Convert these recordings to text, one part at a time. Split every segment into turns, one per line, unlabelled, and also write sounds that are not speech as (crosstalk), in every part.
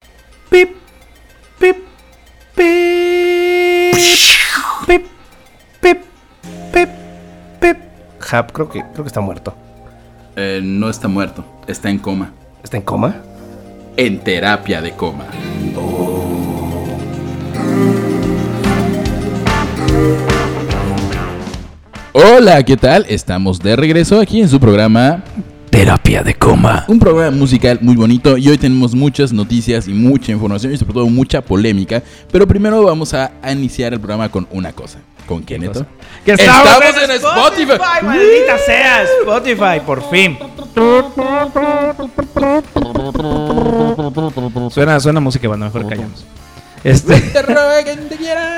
(laughs)
Hap creo que, creo que está muerto.
Eh, no está muerto, está en coma.
¿Está en coma?
En terapia de coma. Hola, ¿qué tal? Estamos de regreso aquí en su programa
Terapia de coma.
Un programa musical muy bonito y hoy tenemos muchas noticias y mucha información y sobre todo mucha polémica. Pero primero vamos a iniciar el programa con una cosa. ¿Con quién, Neto?
(laughs) ¡Que
estamos en Spotify!
¡Maldita sea! Spotify, por fin. Suena, suena música, bueno, mejor callamos. Este,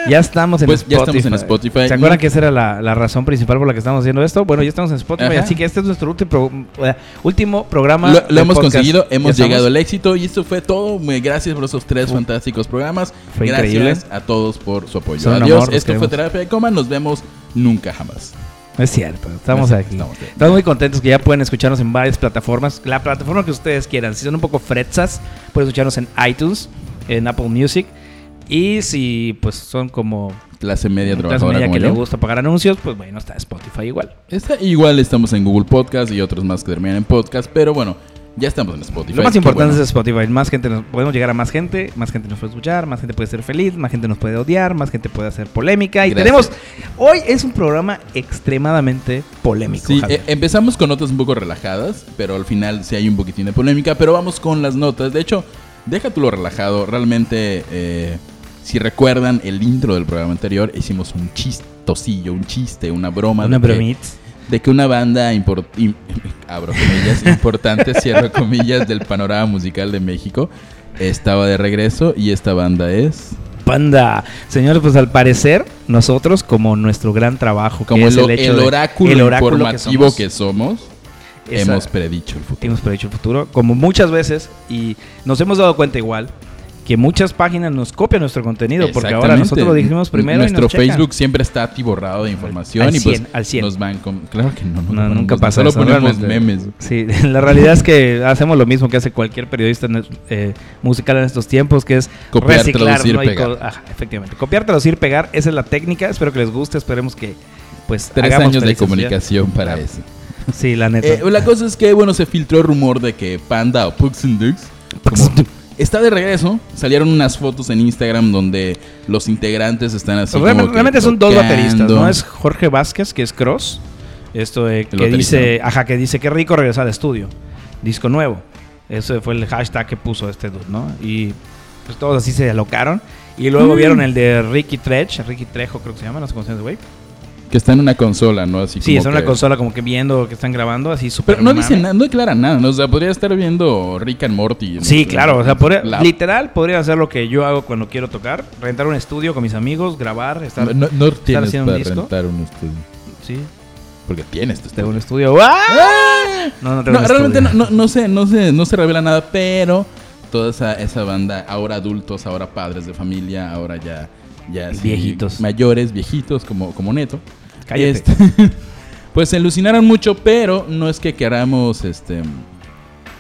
ya estamos en
Pues, ya
Spotify.
estamos en Spotify.
¿Se acuerdan que esa era la, la razón principal por la que estamos haciendo esto? Bueno, ya estamos en Spotify,
Ajá.
así que este es nuestro último, pro- eh, último programa.
Lo, lo
de
hemos
podcast.
conseguido,
Ya
hemos
estamos.
llegado al éxito y esto fue todo. Muy Gracias por esos tres fantásticos programas.
fue
Gracias
increíble.
a todos por su apoyo.
Son un
Adiós,
amor, los
esto fue
queremos.
Terapia de Coma. Nos vemos nunca jamás.
No Es cierto, estamos
No es
aquí.
cierto, estamos
Estamos,
bien.
muy contentos que ya pueden escucharnos en varias plataformas. La plataforma que ustedes quieran. Si son un poco fretsas, pueden escucharnos en iTunes, en Apple Music. Y si pues son como
Clase media
las
trabajadora
media
como
que le
yo.
gusta pagar anuncios, pues bueno, está Spotify igual.
Está- igual estamos en Google Podcast y otros más que terminan en podcast, pero bueno, ya estamos en Spotify.
Lo más
qué
importante
bueno.
es Spotify. Más gente nos, podemos llegar a más gente, más gente nos puede escuchar, más gente puede ser feliz, más gente nos puede odiar, más gente puede hacer polémica. Y
Gracias.
tenemos. Hoy es un programa extremadamente polémico.
Sí,
Javier.
eh, empezamos con notas un poco relajadas, pero al final sí hay un poquitín de polémica, pero vamos con las notas. De hecho, déjatelo relajado. Realmente, eh, si recuerdan el intro del programa anterior, hicimos un chistosillo, un chiste, una broma.
Una
de que-
bromita.
de que una banda impor- im-
(laughs)
abro comillas, importante, cierro comillas, del panorama musical de México estaba de regreso y esta banda es...
Panda. Señores, pues al parecer, nosotros, como nuestro gran trabajo,
Como
que es
el,
el, hecho
el
de-
oráculo
el oráculo que
informativo
somos,
que somos,
esa-
hemos predicho el futuro.
hemos predicho el futuro, como muchas veces, y nos hemos dado cuenta igual, que muchas páginas nos copian nuestro contenido, porque ahora
Exactamente.
nosotros lo dijimos primero. y
Nuestro
nos checan.
Facebook siempre está atiborrado de información
Al
y pues
100, al 100.
nos van con... Claro que no, no
No,
ponemos-
nunca pasa
Solo
eso,
ponemos
realmente.
memes.
Sí, (laughs) la realidad es que hacemos lo mismo que hace cualquier periodista en- eh, musical en estos tiempos, que es
Copiar,
reciclar,
traducir,
¿no? Y
pegar.
co- ajá, efectivamente. Copiar, traducir, pegar, esa es la técnica. Espero que les guste, esperemos que pues
Tres
hagamos
años de
feliz a la sociedad.
comunicación para eso.
Sí, la neta.
Eh, la cosa es que, bueno, se filtró el rumor de que Panda o Pugs and Dugs, como- está de regreso. Salieron unas fotos en Instagram donde los integrantes están así. como
Realmente,
que
realmente son dos
tocando.
bateristas, ¿no? Es Jorge Vázquez, que es Cross. Esto eh, que
baterista,
dice, ajá, que dice que rico regresar al estudio. Disco nuevo. Ese fue el hashtag que puso este dude, ¿no? Y pues todos así se alocaron. Y
Mm.
luego vieron el de Ricky Trejo, Ricky Trejo creo que se llama, no sé cómo se llama ese güey.
Que está en una consola, ¿no? Así
Sí,
como
está en una
que-
consola como que viendo que están grabando, así súper
Pero no
mame.
dice nada, no declara nada. ¿no? O sea, podría estar viendo Rick and Morty. ¿no?
Sí, claro, o sea, podría-
La-
literal podría hacer lo que yo hago cuando quiero tocar, rentar un estudio con mis amigos, grabar, estar...
No, no tienes
haciendo
para
un disco?
rentar un estudio.
Sí,
Porque tienes tu
tengo
estudio.
un estudio. ¡Ah!
¡Ah!
No, no tengo
No,
un
realmente
estudio.
no, no, no se, no, se, no se revela nada, pero toda esa, esa banda, ahora adultos, ahora padres de familia, ahora ya, ya así
Viejitos.
mayores, viejitos, como, como neto.
Cállate.
Este, (laughs) pues se ilusionaron mucho, pero no es que queramos este,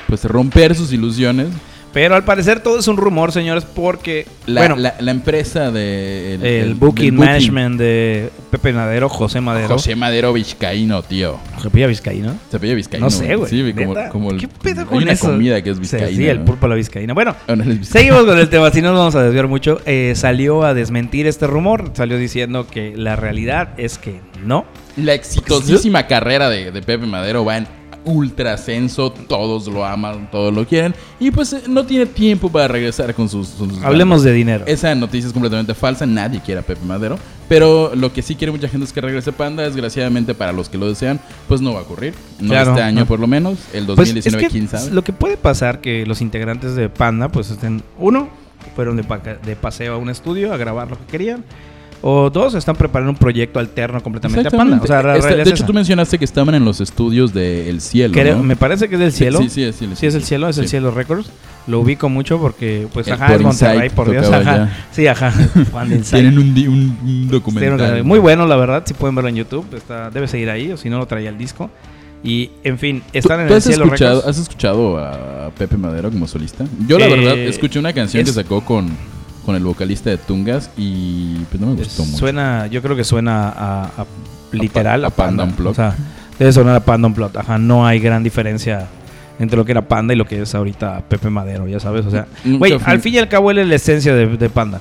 pues romper sus ilusiones.
Pero al parecer todo es un rumor, señores, porque
La,
bueno,
la, la empresa de
el,
del- del
booking, management de Pepe Madero, José Madero.
José Madero Vizcaíno, tío.
José Pilla Vizcaíno.
Se apellida Vizcaíno.
No sé, güey.
Sí, como,
Neta,
como el-
¿Qué pedo
hay
con
una
eso?
comida que es vizcaína.
Sí, el
¿no? (laughs)
pulpo a la vizcaína. Bueno,
Ah, no, es vizcaíno.
seguimos con el tema, si no nos vamos a desviar mucho. Eh, salió a desmentir este rumor, salió diciendo que la realidad es que no.
La exitosísima carrera de, de Pepe Madero va en ultracenso, todos lo aman, todos lo quieren, y pues eh, no tiene tiempo para regresar con sus... con sus
Hablemos de dinero.
bandas. Esa noticia es completamente falsa, nadie quiere a Pepe Madero, pero lo que sí quiere mucha gente es que regrese Panda, desgraciadamente para los que lo desean, pues no va a ocurrir, no
Claro,
este año
no.
por lo menos, el
Pues,
2019
es que
quién sabe.
Lo que puede pasar que los integrantes de Panda pues estén uno fueron de, paca- de paseo a un estudio a grabar lo que querían o dos están preparando un proyecto alterno completamente a Panda. O sea, la
Esta-
realidad
Este, de
es
hecho,
esa.
tú mencionaste que estaban en los estudios de El Cielo.
Creo-
¿no?
me parece que es del cielo.
Sí, sí, es el
Sí, es el cielo, es el
Sí.
cielo Records. Lo ubico mucho porque pues
El
ajá, es
Por
Monterrey,
Insight
por Dios,
tocaba
ajá.
allá.
Sí,
(laughs)
ajá. Juan de Insight.
Tienen un, di- un- un documental.
Muy bueno, la verdad, si pueden verlo en YouTube, está debe seguir ahí o si no lo traía el disco. Y en fin,
¿Tú-
están en
tú
el
has
cielo
escuchado,
Records.
¿Has escuchado a Pepe Madero como solista? Yo, la
Eh,
verdad, escuché una canción que
es-
sacó con, con el vocalista de Tungas y pues no me gustó mucho.
Suena, yo creo que suena a, a- literal
pa- a Panda Unplugged.
O sea, Debe sonar a Panda Unplugged. Ajá, no hay gran diferencia entre lo que era Panda y lo que es ahorita Pepe Madero, ya sabes. O sea,
Nunca
güey,
Mm, fui-
al fin y al cabo él es la esencia de, de Panda.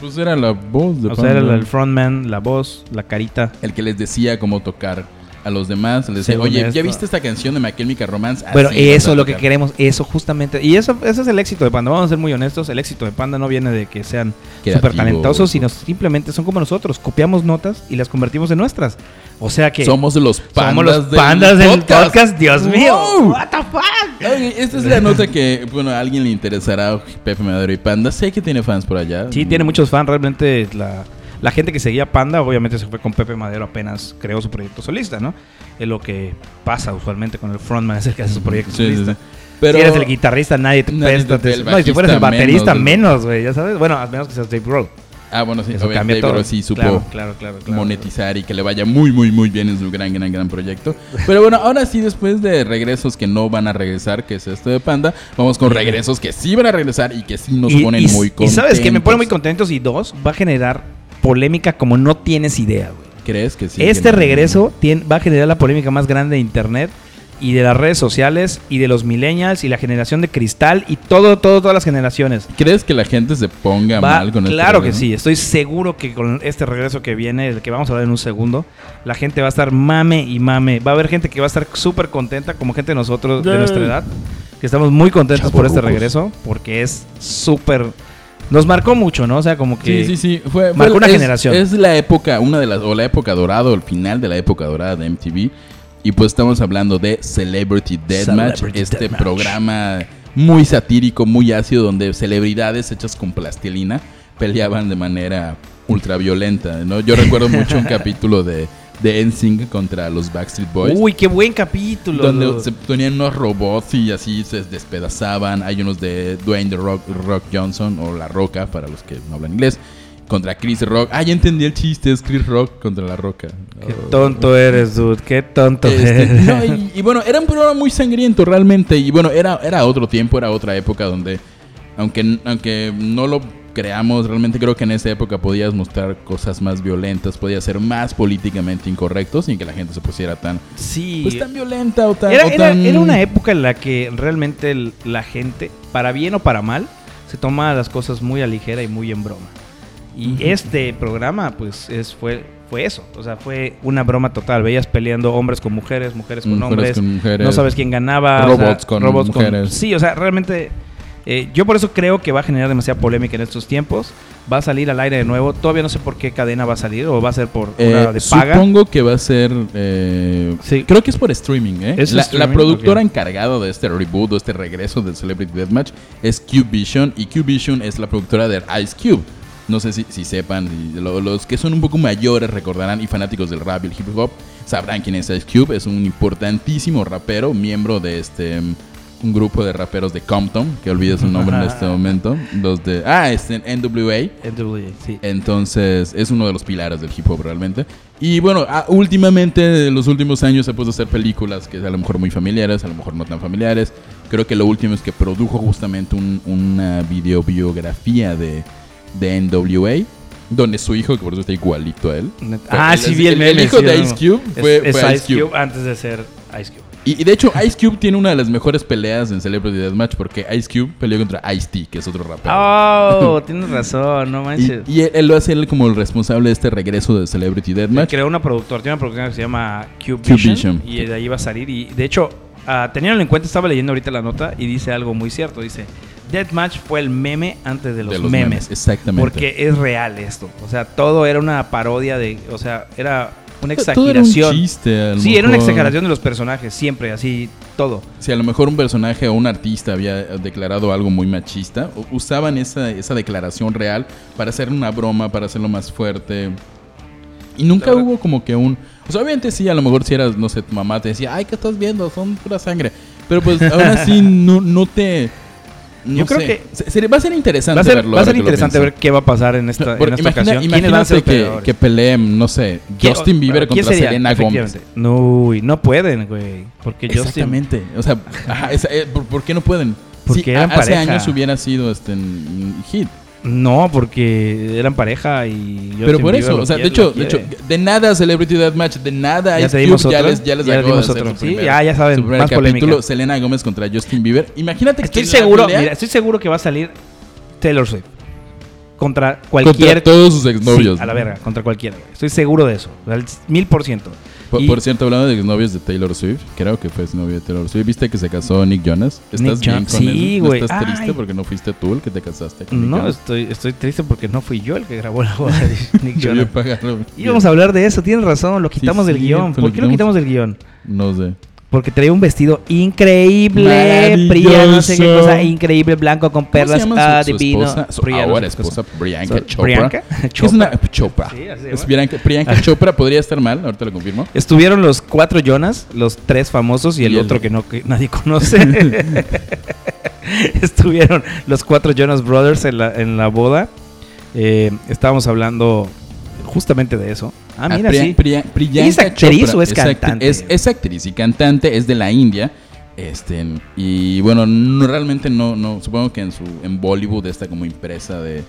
Pues era la voz de
o sea,
Panda.
era el, el frontman, la voz, la carita.
El que les decía cómo tocar a los demás. Les decía,
Según
oye, ¿ya
esto.
viste esta canción de Michael Mica Romance?
Bueno,
Así vas
eso
a
es lo que
tocar.
queremos, eso justamente. Y eso, ese es el éxito de Panda. Vamos a ser muy honestos, el éxito de Panda no viene de que sean súper
Creativos.
talentosos, sino simplemente son como nosotros. Copiamos notas y las convertimos en nuestras. O sea que
Somos los pandas,
somos los pandas del, podcast. Dios mío.
Wow.
What the fuck?
Oye, esta es la nota que, bueno, a alguien le interesará Pepe Madero y Panda. Sé que tiene fans por allá.
Sí, tiene muchos fans. Realmente la, la gente que seguía Panda, obviamente se fue con Pepe Madero apenas creó su proyecto solista, ¿no? Es lo que pasa usualmente con el frontman acerca de su proyecto
Sí, sí,
solista.
sí. Pero
si eres el guitarrista, nadie te
Nadie
presta
te- el
atención. No, y si fueras el
bajista,
baterista,
menos,
menos, güey, ya sabes. Bueno, a menos que seas Dave Grohl.
Ah, bueno, sí,
Eso
obviamente,
cambia todo.
pero sí supo
Claro, claro, claro, claro.
monetizar y que le vaya muy, muy, muy bien en su gran, gran, gran proyecto. Pero bueno, ahora sí, después de regresos que no van a regresar, que es esto de Panda, vamos con regresos que sí van a regresar y que sí nos ponen muy
y
contentos.
sabes que me pone muy contentos y dos, va a generar polémica como no tienes idea, güey.
¿Crees que sí?
este
que no?
regreso tiene- va a generar la polémica más grande de internet y de las redes sociales y de los millennials y la generación de cristal y todo, todo, todas las generaciones.
¿Crees que la gente se ponga
Va-
mal con este
claro que
regreso?
sí, estoy seguro que con este regreso que viene, del que vamos a hablar en un segundo, la gente va a estar mame y mame. Va a haber gente que va a estar súper contenta, como gente de nosotros, de nuestra edad, que estamos muy contentos por este
Chavorrucos.
regreso, porque es súper... Nos marcó mucho, ¿no? O sea, como que...
Sí, sí, sí. Fue, fue-
marcó una
es-
generación.
Es la época, una de las, o la época dorada, o el final de la época dorada de MTV. Y pues estamos hablando de Celebrity Deathmatch,
Celebrity
este
Deathmatch.
programa muy satírico, muy ácido, donde celebridades hechas con plastilina peleaban de manera ultraviolenta, ¿no? Yo recuerdo
(laughs)
mucho un capítulo de, de NSYNC contra los Backstreet Boys.
Uy, qué buen capítulo.
Donde
dude.
se ponían unos robots y así se despedazaban. Hay unos de Dwayne The Rock, Rock Johnson o La Roca, para los que no hablan inglés, contra Chris Rock. Ah, ya entendí el chiste, es Chris Rock contra La Roca.
Qué
Oh.
tonto eres, dude. Qué tonto
Este,
eres. (laughs)
no, y, y bueno, era un programa muy sangriento realmente. Y bueno, era, era otro tiempo, era otra época donde, aunque, aunque no lo creamos, realmente creo que en esa época podías mostrar cosas más violentas, podías ser más políticamente incorrecto sin que la gente se pusiera tan,
sí.
pues, tan violenta o tan...
Era,
o
era-
tan-
era una época en la que realmente el- la gente, para bien o para mal, se toma las cosas muy a ligera y muy en broma. Y este programa, pues, es, fue, fue eso. O sea, fue una broma total. Veías peleando hombres con mujeres, mujeres con
Mujeres
hombres.
con mujeres.
No sabes quién ganaba. o sea,
Robots con mujeres.
sí, o sea, realmente. eh, yo por eso creo que va a generar demasiada polémica en estos tiempos. Va a salir al aire de nuevo. Todavía no sé por qué cadena va a salir o va a ser por una
Eh,
de paga.
Supongo que va a ser. eh,
Sí.
Creo que es por streaming, ¿eh?
¿Es
la,
streaming?
la productora
Ok.
encargada de este reboot o este regreso del Celebrity Deathmatch es Cubevision. Y Cubevision es la productora de Ice Cube. No sé si, si sepan, y lo- los que son un poco mayores recordarán y fanáticos del rap y el hip hop sabrán quién es Ice Cube. Es un importantísimo rapero, miembro de este. mm, Un grupo de raperos de Compton, que olvido su nombre en este momento. Los de. Ah, es en NWA.
NWA, sí.
Entonces, es uno de los pilares del hip hop realmente. Y bueno, a- últimamente, en los últimos años, se puesto a hacer películas que a lo mejor muy familiares, a lo mejor no tan familiares. Creo que lo último es que produjo justamente un- una videobiografía de, de NWA, donde su hijo, que por eso está igualito a él.
Neta.
Fue-
Ah,
el-
sí, vi el
el-
meme,
el hijo
sí,
de
no,
Ice
no.
Cube fue-
es,
fue
es
Ice
Ice
Cube.
Cube antes de ser Ice Cube.
Y, y de hecho, Ice Cube tiene una de las mejores peleas en Celebrity Deathmatch, porque Ice Cube peleó contra Ice T, que es otro rapero.
(laughs)
(laughs)
Oh, tienes razón, no
Y,
manches.
y él, él lo hace él como el responsable de este regreso de Celebrity Deathmatch.
creó una productora, tiene una productora que se llama Cube
Cube
Vision,
Vision.
y de ahí va a salir. Y de hecho, ah, teniéndolo en cuenta, estaba leyendo ahorita la nota y dice algo muy cierto. Dice, Deathmatch fue el meme antes de los, memes.
Exactamente.
Porque es real esto. O sea, todo era una parodia de... O sea, era una
Todo era un
exageración.
chiste. a lo
sí, era una
mejor.
exageración de los personajes, siempre, así, todo.
Si a lo mejor un personaje o un artista había declarado algo muy machista, u- usaban esa, esa declaración real para hacer una broma, para hacerlo más fuerte. Y nunca hubo como que un... O sea, obviamente sí, a lo mejor si eras, no sé, tu mamá te decía, ay, ¿qué estás viendo? Son pura sangre. Pero pues
(laughs)
ahora sí no, no te... no
Yo creo
sé.
que-
Se- se- va a ser interesante
Va a ser,
verlo.
va a
ahora
ser
que lo
interesante
pienso.
ver qué va a pasar en esta, en
Porque
esta
imagina-
ocasión. ¿Quiénes van a ser
imagínate
los
que,
peleadores?
que peleen, no sé,
¿Quién-
Justin Bieber
¿quién
contra
sería?
Selena Gómez.
Efectivamente. No, uy, no pueden, güey. Porque Justin.
Exactamente. O sea, ajá, esa- eh, ¿por, por qué no pueden?
Porque
Si
eran
hace
pareja.
años hubiera sido este en- en hit.
No, porque eran pareja y yo
Pero por eso, o sea, de hecho, de hecho, de nada Celebrity Deathmatch, de nada
Ya
Ice
te dimos
Cube, ya
otro,
les, ya les
ya
acabo
dimos
de hacer
otro.
su
Sí,
primer-
ya- ya saben,
su primer
más polémica.
capítulo, Selena Gómez contra Justin Bieber. Imagínate que
estoy
la
seguro,
pelea
mira, estoy seguro que va a salir Taylor Swift contra
contra
cualquier
todos sus exnovios.
Sí, a la verga, contra cualquiera. güey. Estoy seguro de eso. Al mil por ciento.
Por,
Y
por cierto, hablando de exnovios de Taylor Swift, creo que fue exnovio de Taylor Swift. ¿Viste que se casó Nick Jonas? ¿Estás
Nick
bien
Jonas.
con
Sí,
eso? ¿No
güey.
estás
Ay.
triste porque no fuiste tú el que te casaste con Nick
No,
Jonas?
estoy, estoy triste porque no fui yo el que grabó la boda
(laughs)
de Nick Jonas.
Debió pagarlo.
Y vamos a hablar de eso, tienes razón, lo quitamos del
cierto,
guión.
lo
¿Por qué lo
quitamos.
quitamos del guión?
No sé.
Porque traía un vestido increíble, Priya, no sé qué
Maravilloso.
cosa, increíble, blanco con perlas, ah,
¿Cómo se llama su- su
adivino.
esposa? Su
Priya, no
ahora
sé qué cosa.
esposa, Priyanka
So-
Chopra.
Priyanka
(laughs) Que Es una Chopra.
Sí, así se
Es
llama.
Priyanka, (laughs) Priyanka Chopra podría estar mal, ahorita lo confirmo.
Estuvieron los cuatro Jonas, los tres famosos y el
Y el-
otro que, no, que nadie
(laughs)
conoce. (laughs) Estuvieron los cuatro Jonas Brothers en la, en la boda. Eh, estábamos hablando justamente de eso. Ah, mira,
Priya-
sí.
Priya- Priyanka
¿Es actriz
Chopra
o es
actri-
cantante?
Es, es actriz y cantante, es de la India. Este, y bueno, no, realmente no, no, supongo que en su en Bollywood, esta como empresa de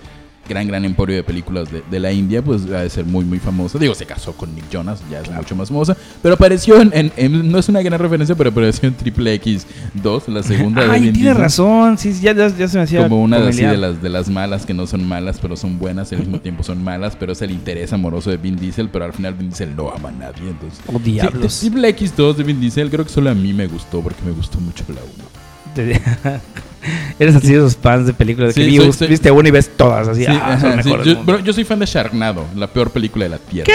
gran, gran emporio de películas de, de la India, pues ha de ser muy, muy famosa. Digo, se casó con Nick Jonas, ya es mucho más famosa. Pero apareció en, en- en- no es una gran referencia, pero apareció en Triple X 2, la segunda de
Ay,
Vin
tiene
Diesel.
razón. Sí, ya, ya, ya se me hacía.
Como una de, así
familiar.
de las, de las malas que no son malas, pero son buenas y al mismo tiempo son malas, pero es el interés amoroso de Vin Diesel, pero al final Vin Diesel no ama a nadie. Entonces,
Oh, diablos.
Sí, Triple X2 de Vin Diesel, creo que solo a mí me gustó porque me gustó mucho la 1.
Te- (laughs) Eres así de esos fans de películas. que
Sí,
vi-
soy- soy-
viste una y ves todas así.
Sí,
ah, son
ajá, sí,
mejores
yo,
mundos.
bro, yo soy fan de Sharknado, la peor película de la Tierra.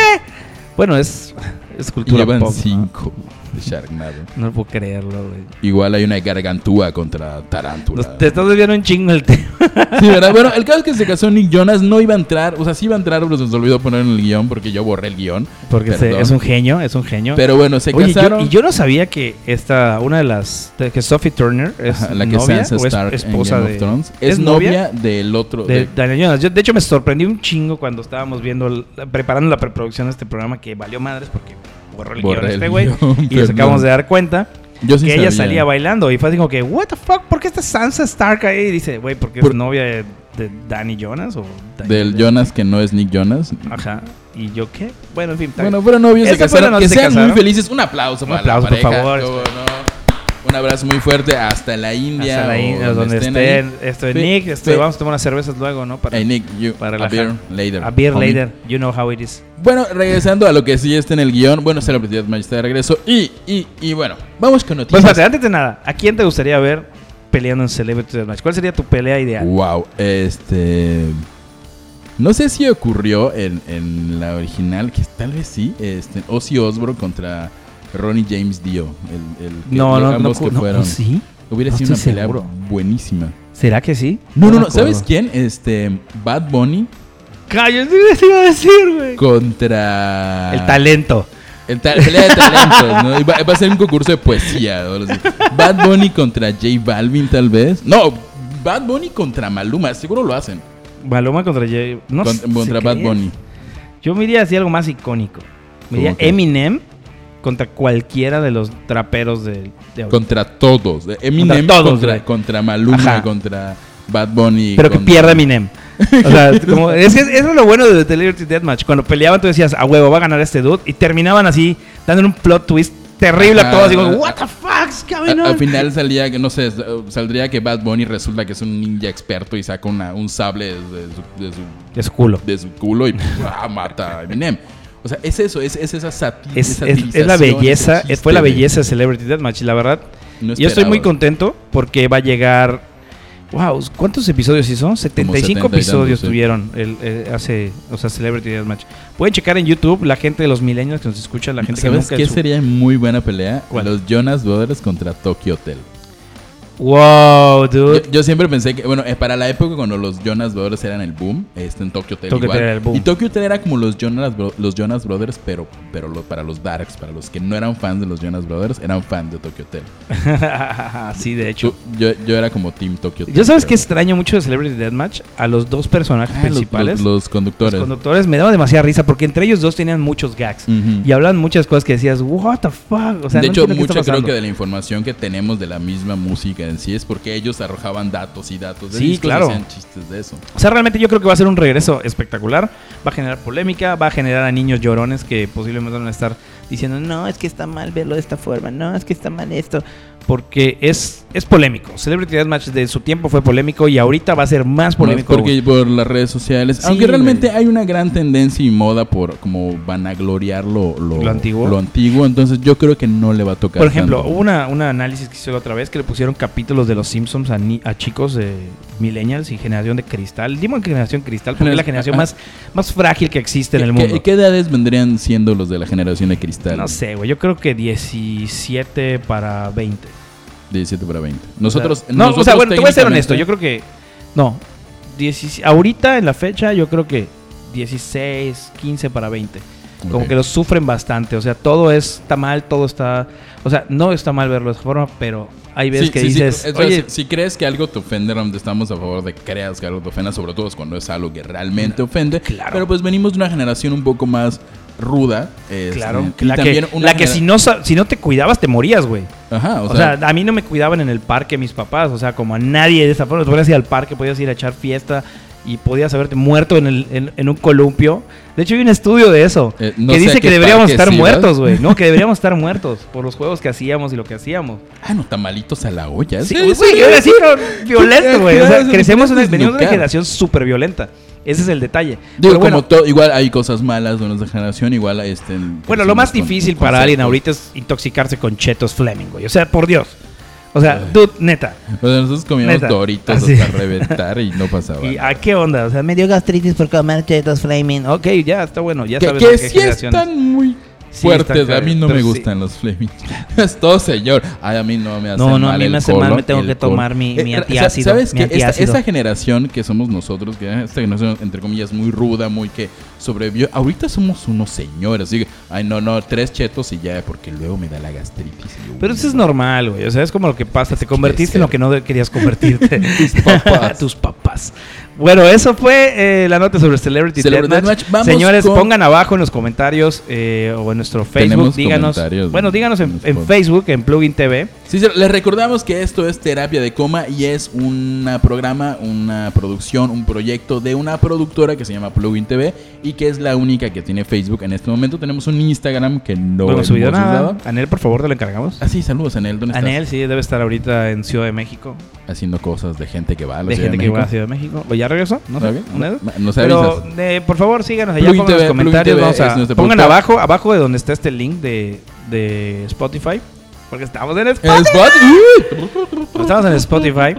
Bueno, es, es
Y
cultura
llevan
pop. ¿no?
5 de Sharknado.
¿no? puedo creerlo, güey.
Igual hay una gargantúa contra Tarántula.
Nos- Te estás desviando un chingo el tema. (laughs)
Sí, ¿verdad? Bueno, el caso es que se casó Nick Jonas, no iba a entrar, o sea, sí iba a entrar, pero se nos olvidó poner en el guión porque yo borré el guión.
Porque se-
Perdón.
es un genio, es un genio.
Pero bueno, se
Oye, yo-
casaron.
y yo no sabía que esta, una de las, de que Sophie Turner es
Ajá, (laughs) la que
novia
Sansa
o es
Stark
esposa
en Game
de,
of Thrones es,
¿es
novia del otro
de
de-
Daniel Jonas. Yo, de hecho, me sorprendí un chingo cuando estábamos viendo, el- preparando la preproducción de este programa que valió madres porque borró el
Borré
guión este
el
güey
guión,
y nos
perdón.
acabamos de dar cuenta
Yo sí
que ella
sabía.
salía bailando y fue así como que, what the fuck, ¿por qué está Sansa Stark ahí? Y dice, güey, porque
Por-
es novia de, de Danny Jonas o Daniel
del
Jonas.
Jonas que no es Nick Jonas.
Ajá. ¿Y yo qué? Bueno, en fin. Ah, está
Bueno, fueron novios, se
Esa fue la
casaron,
noche
que
se
sean
casaron.
muy felices. Un aplauso
Un
para
aplauso,
la
por
pareja.
favor.
cómo no. Un abrazo muy fuerte hasta la India.
Hasta la
o
India, donde estén.
ahí.
Esto es
Fe-
Nick, esto,
fe-
vamos a tomar unas cervezas luego, ¿no? Para,
Hey Nick, you,
para
a
relajar.
beer later.
a beer
homie.
later. You know how it is.
Bueno, regresando a lo que sí está en el guión. Bueno, se lo está de regreso. Y, y, y bueno, vamos con
Pues
noticias.
espérate, antes de nada, ¿a quién te gustaría ver peleando en Celebrity Deathmatch? ¿Cuál sería tu pelea ideal?
Wow, este. No sé si ocurrió en, en la original, que tal vez sí, este, Ozzy Osbourne contra Ronnie James Dio. El, el que-
no,
los
no, no,
ambos que
no, pues,
fueron.
¿Sí?
Hubiera
no
sido una
estoy
pelea
seguro.
buenísima.
¿Será que sí?
No, no, no,
me
¿sabes
acuerdo.
quién? Este, Bad Bunny
Cállate, (laughs) te iba a decir, güey.
contra.
El talento.
El ta- pelea de talentos, ¿no? Y Va, va a ser un concurso de poesía. ¿no? Así. Bad Bunny contra J Balvin, tal vez. No, Bad Bunny contra Maluma, seguro lo hacen.
Maloma contra Jay. No
Con-
sé
contra
qué
Bad
es.
Bunny.
Yo me iría así algo más icónico. Me
¿Cómo
iría
qué?
Eminem contra cualquiera de los traperos de, de ahorita.
Contra todos.
Contra
Eminem contra,
todos, güey.
contra, Maluma,
Ajá.
contra Bad Bunny.
Pero que
contra-
pierda Eminem. O sea,
(laughs)
como- es que eso es lo bueno de The Liberty Deathmatch. Cuando peleaban, tú decías, a huevo, va a ganar este dude. Y terminaban así, dándole un plot twist terrible a
Ajá.
todos. Y como, what the fuck's going
A- Al
on?
final salía, que no sé, s- saldría que Bad Bunny resulta que es un ninja experto y saca una- un sable de su, de su-
Es culo.
de su culo y ¡pua! mata a Eminem. O sea, es eso, es, es esa sati-
Es, es- es la
satirización,
belleza,
ese chiste
fue la
de-
belleza de Celebrity Deathmatch. Y la verdad,
no
yo estoy
esperaba.
muy contento porque va a llegar. Wow, ¿cuántos episodios hizo? 75
70 y
episodios
tantos, sí.
tuvieron el, eh, hace, o sea, Celebrity Deathmatch. Pueden checar en YouTube la gente de los milenios que nos escucha, la gente que
¿Sabes
nunca
qué
su-
sería muy buena pelea?
¿Cuál?
Los Jonas Brothers contra Tokyo Hotel.
Wow, dude. (laughs)
Yo, (laughs) yo siempre pensé que, bueno, eh, para la época cuando los Jonas Brothers eran el boom, este en Tokyo Hotel
Tokyo
igual.
Hotel era el boom.
Y Tokyo Hotel era como los Jonas, Bro- los Jonas Brothers, pero, pero lo- para los darks, para los que no eran fans de los Jonas Brothers, eran fans de Tokyo Hotel.
sí, de
Yo,
hecho.
yo, yo era como Team Tokyo Hotel.
Yo sabes que
creo.
extraño mucho de Celebrity Deathmatch a los dos personajes
Ah, los-
principales,
Los,
los,
los conductores.
conductores, me daba demasiada risa porque entre ellos dos tenían muchos gags
Ujú.
y hablaban muchas cosas que decías, what the fuck, o sea,
de
no
hecho,
entiendo qué está
mucho creo
pasando.
que de la información que tenemos de la misma música en sí es porque ellos arrojaban datos y datos de
Sí,
discos y
claro.
hacían chistes de eso.
O sea, realmente yo creo que va a ser un regreso espectacular. Va a generar polémica, va a generar a niños llorones que posiblemente van a estar diciendo, no, es que está mal verlo de esta forma, no, es que está mal esto. Porque es, es polémico. Celebrity Deathmatch de su tiempo fue polémico y ahorita va a ser más polémico.
Más porque por las redes sociales.
Sí,
Aunque realmente
güey.
hay una gran tendencia y moda por como vanagloriar lo, lo,
Lo antiguo.
lo antiguo, Entonces yo creo que no le va a tocar.
Por ejemplo,
tanto.
hubo una, un análisis que hice la otra vez que le pusieron capítulos de los Simpsons a, ni- a chicos de millennials y generación de cristal. Dimos generación cristal porque
(laughs)
es la generación más, más frágil que existe este en el
¿Qué-
mundo.
¿Qué, qué edades vendrían siendo los de la generación de cristal?
No sé, güey. Yo creo que 17 para 20.
17 para 20. Nosotros.
no, o sea,
nosotros
bueno, te voy a ser
técnicamente-
honesto. Yo creo que. No. 16 ahorita, en la fecha, yo creo que 16, 15 para 20. Como
Ok.
que los sufren bastante. O sea, todo está mal, todo está. O sea, no está mal verlo de esa forma, pero hay veces
Sí,
que
sí, sí.
dices.
O sea,
Oye,
si, si crees que algo te ofende, Ram, estamos a favor de que creas que algo te ofenda, sobre todo es cuando es algo que realmente ofende.
claro.
Pero pues venimos de una generación un poco más ruda. este,
claro.
y
La que,
también una
la que
genera-
si, no, sa- si no te cuidabas, te morías, güey.
Ajá,
O, sea, a mí no me cuidaban en el parque mis papás. O sea, como a nadie de esa forma. Tú podías ir al parque, podías ir a echar fiesta y podías haberte muerto en, el- en- en un columpio. De hecho, hay un estudio de eso.
Eh, no
que
sé
dice
a
que
qué
deberíamos
parques
estar
ibas.
muertos, güey. No, que
(laughs)
deberíamos estar muertos por los juegos que hacíamos y lo que hacíamos.
Ah, no, tamalitos a la olla.
Sí,
Sí,
güey,
sí.
ahora sí, no,
(laughs)
violento, güey. O
Claro,
sea,
eso
crecemos, en
es
una, venimos de una
nuclear.
generación súper violenta. Ese es el detalle.
Digo,
Pero bueno,
como todo, igual hay cosas malas de nuestra generación, igual este...
Bueno, lo más
(laughs)
difícil para alguien ahorita es intoxicarse con chetos Fleming, güey. O sea, por Dios. O sea, dude, neta.
O sea, nosotros comíamos
Neta.
doritos
Así.
hasta reventar y no pasaba
(laughs) ¿Y ah,
nada.
a qué onda? O sea, me dio gastritis por comer chetos flaming. Ok, ya está bueno, ya
Que,
sabes
que
de qué
sí
generaciones.
están muy
Sí,
fuertes,
está
a mí no
claro,
me
pero
gustan los Fleming. (laughs) es todo señor. Ay, a mí no me hace
No,
mal
no, a mí
el
me hace mal,
colon,
me tengo
el
que
colon.
tomar mi- mi
Eh,
antiácido,
¿Sabes
mi
qué? Esta,
antiácido.
esta generación que somos nosotros, que eh, esta generación, entre comillas, muy ruda, muy que sobrevivió. Ahorita somos unos señores. Así que, ay, no, no, tres chetos y ya, porque luego me da la gastritis. y yo,
Pero eso es normal, güey. O sea, es como lo que pasa. Te convertiste en lo
ser.
que no de- querías
(laughs)
convertirte. Tus
papás.
(laughs) Tus papás. Bueno, eso fue eh, la nota sobre Celebrity,
Celebrity
Deathmatch.
Deathmatch. Vamos
Señores,
con-
pongan abajo en los comentarios eh, o en nuestro Facebook.
Tenemos
Díganos.
comentarios,
Bueno,
¿no?
díganos en,
En
en Facebook, en Plugin TV.
Sí, sí, les recordamos que esto es Terapia de Coma y es un programa, una producción, un proyecto de una productora que se llama Plugin TV y que es la única que tiene Facebook en este momento. Tenemos un Instagram que no
No hemos subido nada.
usado.
Anel, por favor, te lo encargamos.
Ah, sí, saludos, Anel. ¿Dónde estás?
Anel, sí, debe estar ahorita en Ciudad de México.
Haciendo cosas de gente que va a la
de
Ciudad
gente
de
que va a
México.
Ciudad de México. Pues ya regresó, ¿no? sé,
Ok.
una vez.
Nos
Pero
avisas.
eh, por favor síganos allá,
Plugin
pongan los
TV,
comentarios,
Plugin
vamos
TV
a-
es nuestro
pongan
productor.
abajo, abajo de donde está este link de, de Spotify, porque estamos en Spotify.
¿Es bot? ¡Uh!
Estamos en Spotify.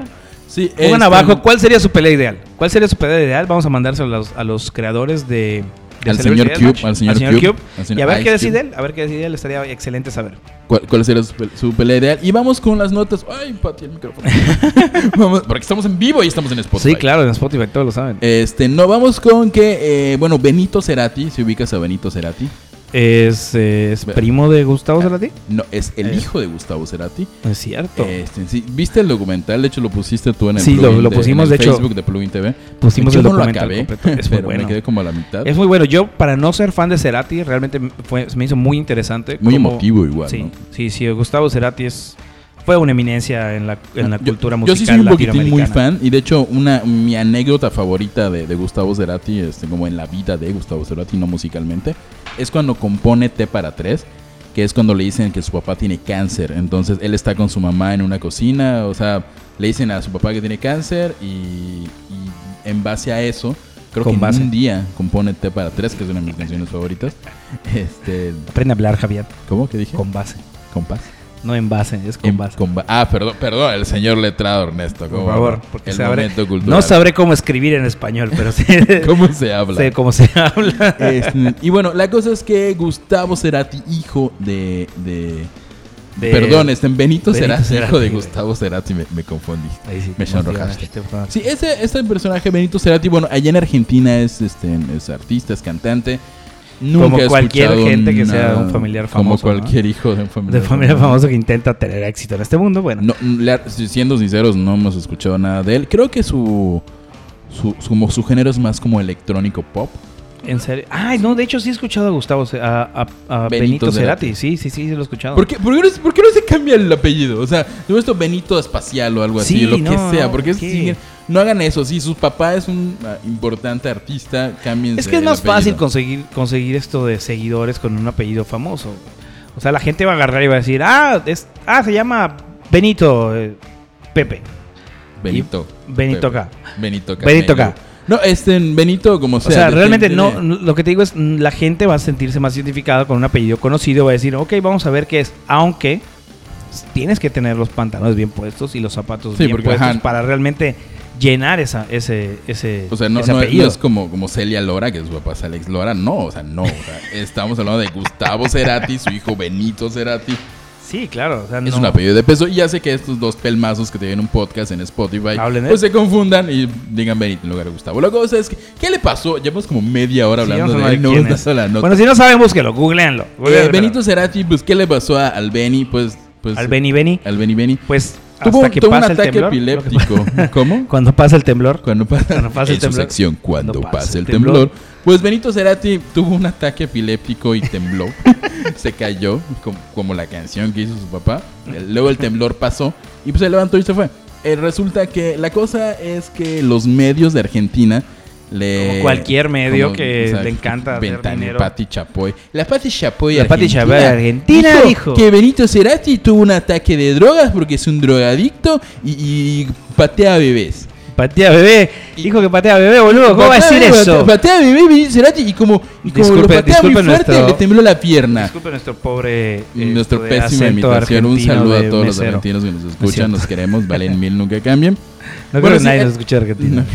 Sí,
Pongan
este,
abajo cuál sería su pelea ideal. ¿Cuál sería su pelea ideal? Vamos a mandárselo a los, a los creadores de, de
Al
Celebrity
señor Cube,
Deathmatch,
al señor Cube, al señor
y a ver
Ice
qué decide
Cube.
él, a ver qué decide él, estaría excelente saber.
¿Cuál, cuál será su, pel- su pelea ideal? Y vamos con las notas. Ay, Pati, el micrófono.
(laughs)
Vamos, porque estamos en vivo y estamos en Spotify.
Sí, claro, en Spotify todos lo saben.
Este, no, vamos con que, eh, bueno, Benito Cerati, si ubicas a Benito Cerati,
Es, eh, es
Ve-
primo de Gustavo Cerati.
no, es el
Eh.
hijo de Gustavo Cerati.
No Es cierto.
Este, sí, ¿Viste el documental? De hecho, lo pusiste tú en el
Sí, lo-
plugin
lo pusimos,
en el
de hecho,
Facebook de Plugin TV.
pusimos
Yo
el
no lo
documental
acabé,
completo, es muy
(laughs) pero
bueno.
me quedé como a la mitad.
Es muy bueno. Yo, para no ser fan de Cerati, realmente me fue, se me hizo muy interesante.
Muy
cómo-
emotivo igual,
Sí,
¿no?
sí, sí. Gustavo Cerati es, fue una eminencia en la, en la
Ah, Yo-
cultura
Yo
musical
sí soy un poquitín muy
latinoamericana.
fan y de hecho una mi anécdota favorita de, de Gustavo Cerati, este, como en la vida de Gustavo Cerati, no musicalmente, es cuando compone T para tres, que es cuando le dicen que su papá tiene cáncer, entonces él está con su mamá en una cocina, o sea, le dicen a su papá que tiene cáncer y, y en base a eso, creo
Con
que en
base.
un día compone T para tres, que es una de mis canciones favoritas. Este,
Aprende a hablar, Javier,
¿cómo que dije?
con base.
Compás.
No en base, es con
En-
base.
con ba- ah, perdón, perdón, el señor letrado Ernesto.
Por
¿cómo
favor,
no?
porque
el
sabré-
momento cultural.
no sabré cómo escribir en español, pero sí
(laughs) cómo se habla.
sé cómo se eh, habla.
Este, y bueno, la cosa es que Gustavo Cerati, hijo de. de-
De-
perdón, este, Benito,
Benito
Cerati,
Cerati,
hijo de
güey.
Gustavo Cerati, me, me confundí.
(laughs) Ahí sí, este
Me
como
sonrojaste.
si hablaste, por-
Sí, ese, ese personaje Benito Cerati, bueno, allá en Argentina es, este, es artista, es cantante. Nunca
Como
he
cualquier
escuchado
gente que sea
nada-
un familiar
Como
famoso, ¿no?
cualquier hijo de un familiar
De familia famosa que intenta tener éxito en este mundo, bueno.
No, la- si- siendo sinceros, no hemos escuchado nada de él. Creo que su, su, su, mo- su género es más como electrónico pop.
En serio. Ay, no, de hecho sí he escuchado a Gustavo, Ce- a, a- a Benito,
Benito
Cerati.
Cerati.
Sí, sí, sí, sí lo he escuchado.
¿Por qué, por qué no, se- por qué no se cambia el apellido? O sea, yo he visto Benito Espacial o algo así,
Sí,
lo que
no,
sea. Porque es-
¿qué?
siguen- no hagan eso. Si su papá es un ah, importante artista, cambien.
Es que es más fácil conseguir, conseguir esto de seguidores con un apellido famoso. güey. O sea, la gente va a agarrar y va a decir, ah, es, ah se llama Benito eh, Pepe.
Benito.
Y- Benito
Pepe.
K.
Benito K.
Benito K.
No, este, en Benito, como sea.
O sea,
la
realmente
gente-
no, no- lo que te digo es, mm, la gente va a sentirse más identificada con un apellido conocido, va a decir, ok, vamos a ver qué es, aunque s- tienes que tener los pantalones bien puestos y los zapatos
Sí,
bien
porque,
puestos
ajá.
para realmente llenar esa, ese, ese,
O sea, no,
ese
no- no
apellido.
es como, como Celia Lora, que su papá es Alex Lora. No, o sea, no. o sea, estamos hablando de Gustavo Cerati, su hijo Benito Cerati.
Sí, claro. o sea,
Es
no-
un apellido de peso. Y ya sé que estos dos pelmazos que tienen un podcast en Spotify
Hablen de
pues se confundan y digan Benito en lugar de Gustavo. La cosa es que, ¿qué le pasó? Llevamos como media hora
Sí,
hablando
vamos a
de
hablar
él. No
quién
una
es.
sola nota.
Bueno, si no saben, búsquelo, googleenlo.
Eh,
googleenlo.
Benito Cerati, pues, ¿qué le pasó a- al Beni? Pues, pues,
al Beni Beni,
Al Beni Beni.
pues
Tuvo,
hasta que
tuvo un
pasa el
ataque
temblor. (laughs) lo que
epiléptico. ¿Cómo?
pa- Cuando pasa el temblor.
Cuando pasa,
Cuando pasa el
en su
temblor.
sección, cuando,
Cuando
pasa, el temblor. Pues Benito Cerati tuvo un ataque epiléptico y tembló. (laughs) se cayó, com- como la canción que hizo su papá. Eh, Luego el temblor pasó y pues se levantó y se fue. Eh, resulta que la cosa es que los medios de Argentina le...
Como cualquier medio que le encanta hacer
Ventana,
dinero.
Pati Chapoy. La Pati Chapoy
La Pati
argentina
Chapoy argentina dijo.
que Benito Cerati tuvo un ataque de drogas porque es un drogadicto y- y patea bebés.
Patea bebé. Dijo que patea bebé, boludo. ¿Cómo va a decir
Patea,
eso?
Patea a mi baby Cerati y como, y como
Disculpe-
lo patea muy
disculpe
fuerte,
nuestro- eh,
le tembló la pierna.
Disculpe nuestro pobre. este,
Nuestro pésimo imitación. Un saludo a todos los argentinos que nos escuchan, nos queremos,
(laughs)
valen mil, nunca cambien.
No creo
Bueno,
que
sí,
nadie
eh,
nos escuche de
(laughs)
Argentina.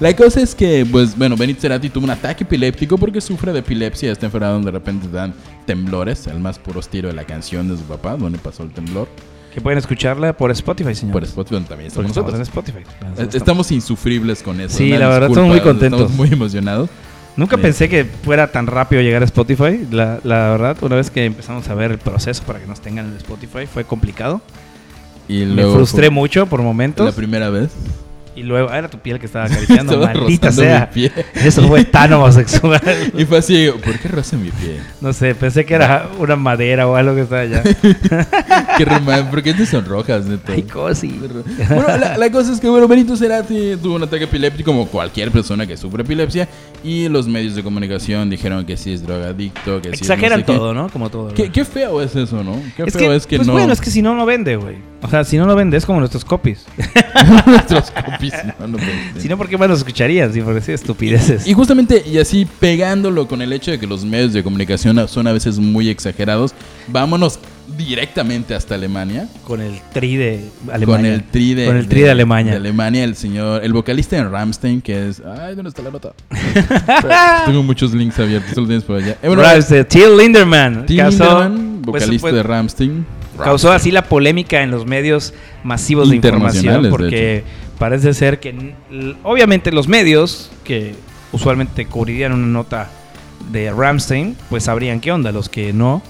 La cosa es que, pues, bueno, Benito Cerati tuvo un ataque epiléptico porque sufre de epilepsia, esta enfermedad donde de repente te dan temblores, el más puro estilo de la canción de su papá, donde pasó el temblor.
Que pueden escucharla por Spotify, señor.
Por Spotify donde también está con
Porque estamos
nosotros.
en Spotify.
Eh, Estamos insufribles con eso.
Sí,
una
la verdad,
disculpa,
estamos muy contentos.
Estamos muy emocionados.
Nunca
Sí.
pensé que fuera tan rápido llegar a Spotify. La, la verdad, una vez que empezamos a ver el proceso para que nos tengan en Spotify, fue complicado.
Y
Me
luego,
frustré mucho por
La
momentos.
primera vez.
Y luego, ah, era tu piel que
(laughs)
estaba acariciando.
Estaba
Maldita
rozando
sea.
mi pie.
(laughs) Eso
(laughs)
fue tan homosexual.
Y fue así, ¿por qué roza mi pie?
No sé, pensé que era una madera o algo que estaba allá.
¿Qué rima? ¿Por qué te sonrojas, neta?
Ay, cosi.
Bueno, la, la cosa es que, bueno, Benito Cerati tuvo un ataque epiléptico como cualquier persona que sufre epilepsia y los medios de comunicación dijeron que sí es drogadicto, que sí es no
Exageran
sé qué.
todo, ¿no? Como todo.
Qué,
¿no?
qué feo es eso, ¿no? Qué
es
feo
que,
es que
pues
no
bueno, es
(laughs)
que si no, no vende, güey. O sea, si no, no vende, es como nuestros copies.
nuestros copies no, no pueden-
(laughs) si no, pues- ¿por qué más los escucharías? Si por decir estupideces.
pues, Y justamente, y así pegándolo con el hecho de que los medios de comunicación son a veces muy exagerados, vámonos directamente hasta Alemania.
(laughs) con el tri de Alemania.
Con el tri de,
Con el tri de Alemania.
de Alemania, el señor, el vocalista en Ramstein, que es. Ay, ¿dónde está
(laughs)
la nota? Espera, Tengo muchos links abiertos, tú lo tienes por allá. Eh, bueno,
Braves de este, Till Linderman.
Tim
causó,
Lindemann,
pues,
vocalista
fue-
de Ramstein.
causó así la polémica en los medios masivos de información
Internacionales, de
porque parece ser que n- l- obviamente los medios que usualmente cubrirían una nota de Ramstein pues sabrían qué onda, los que no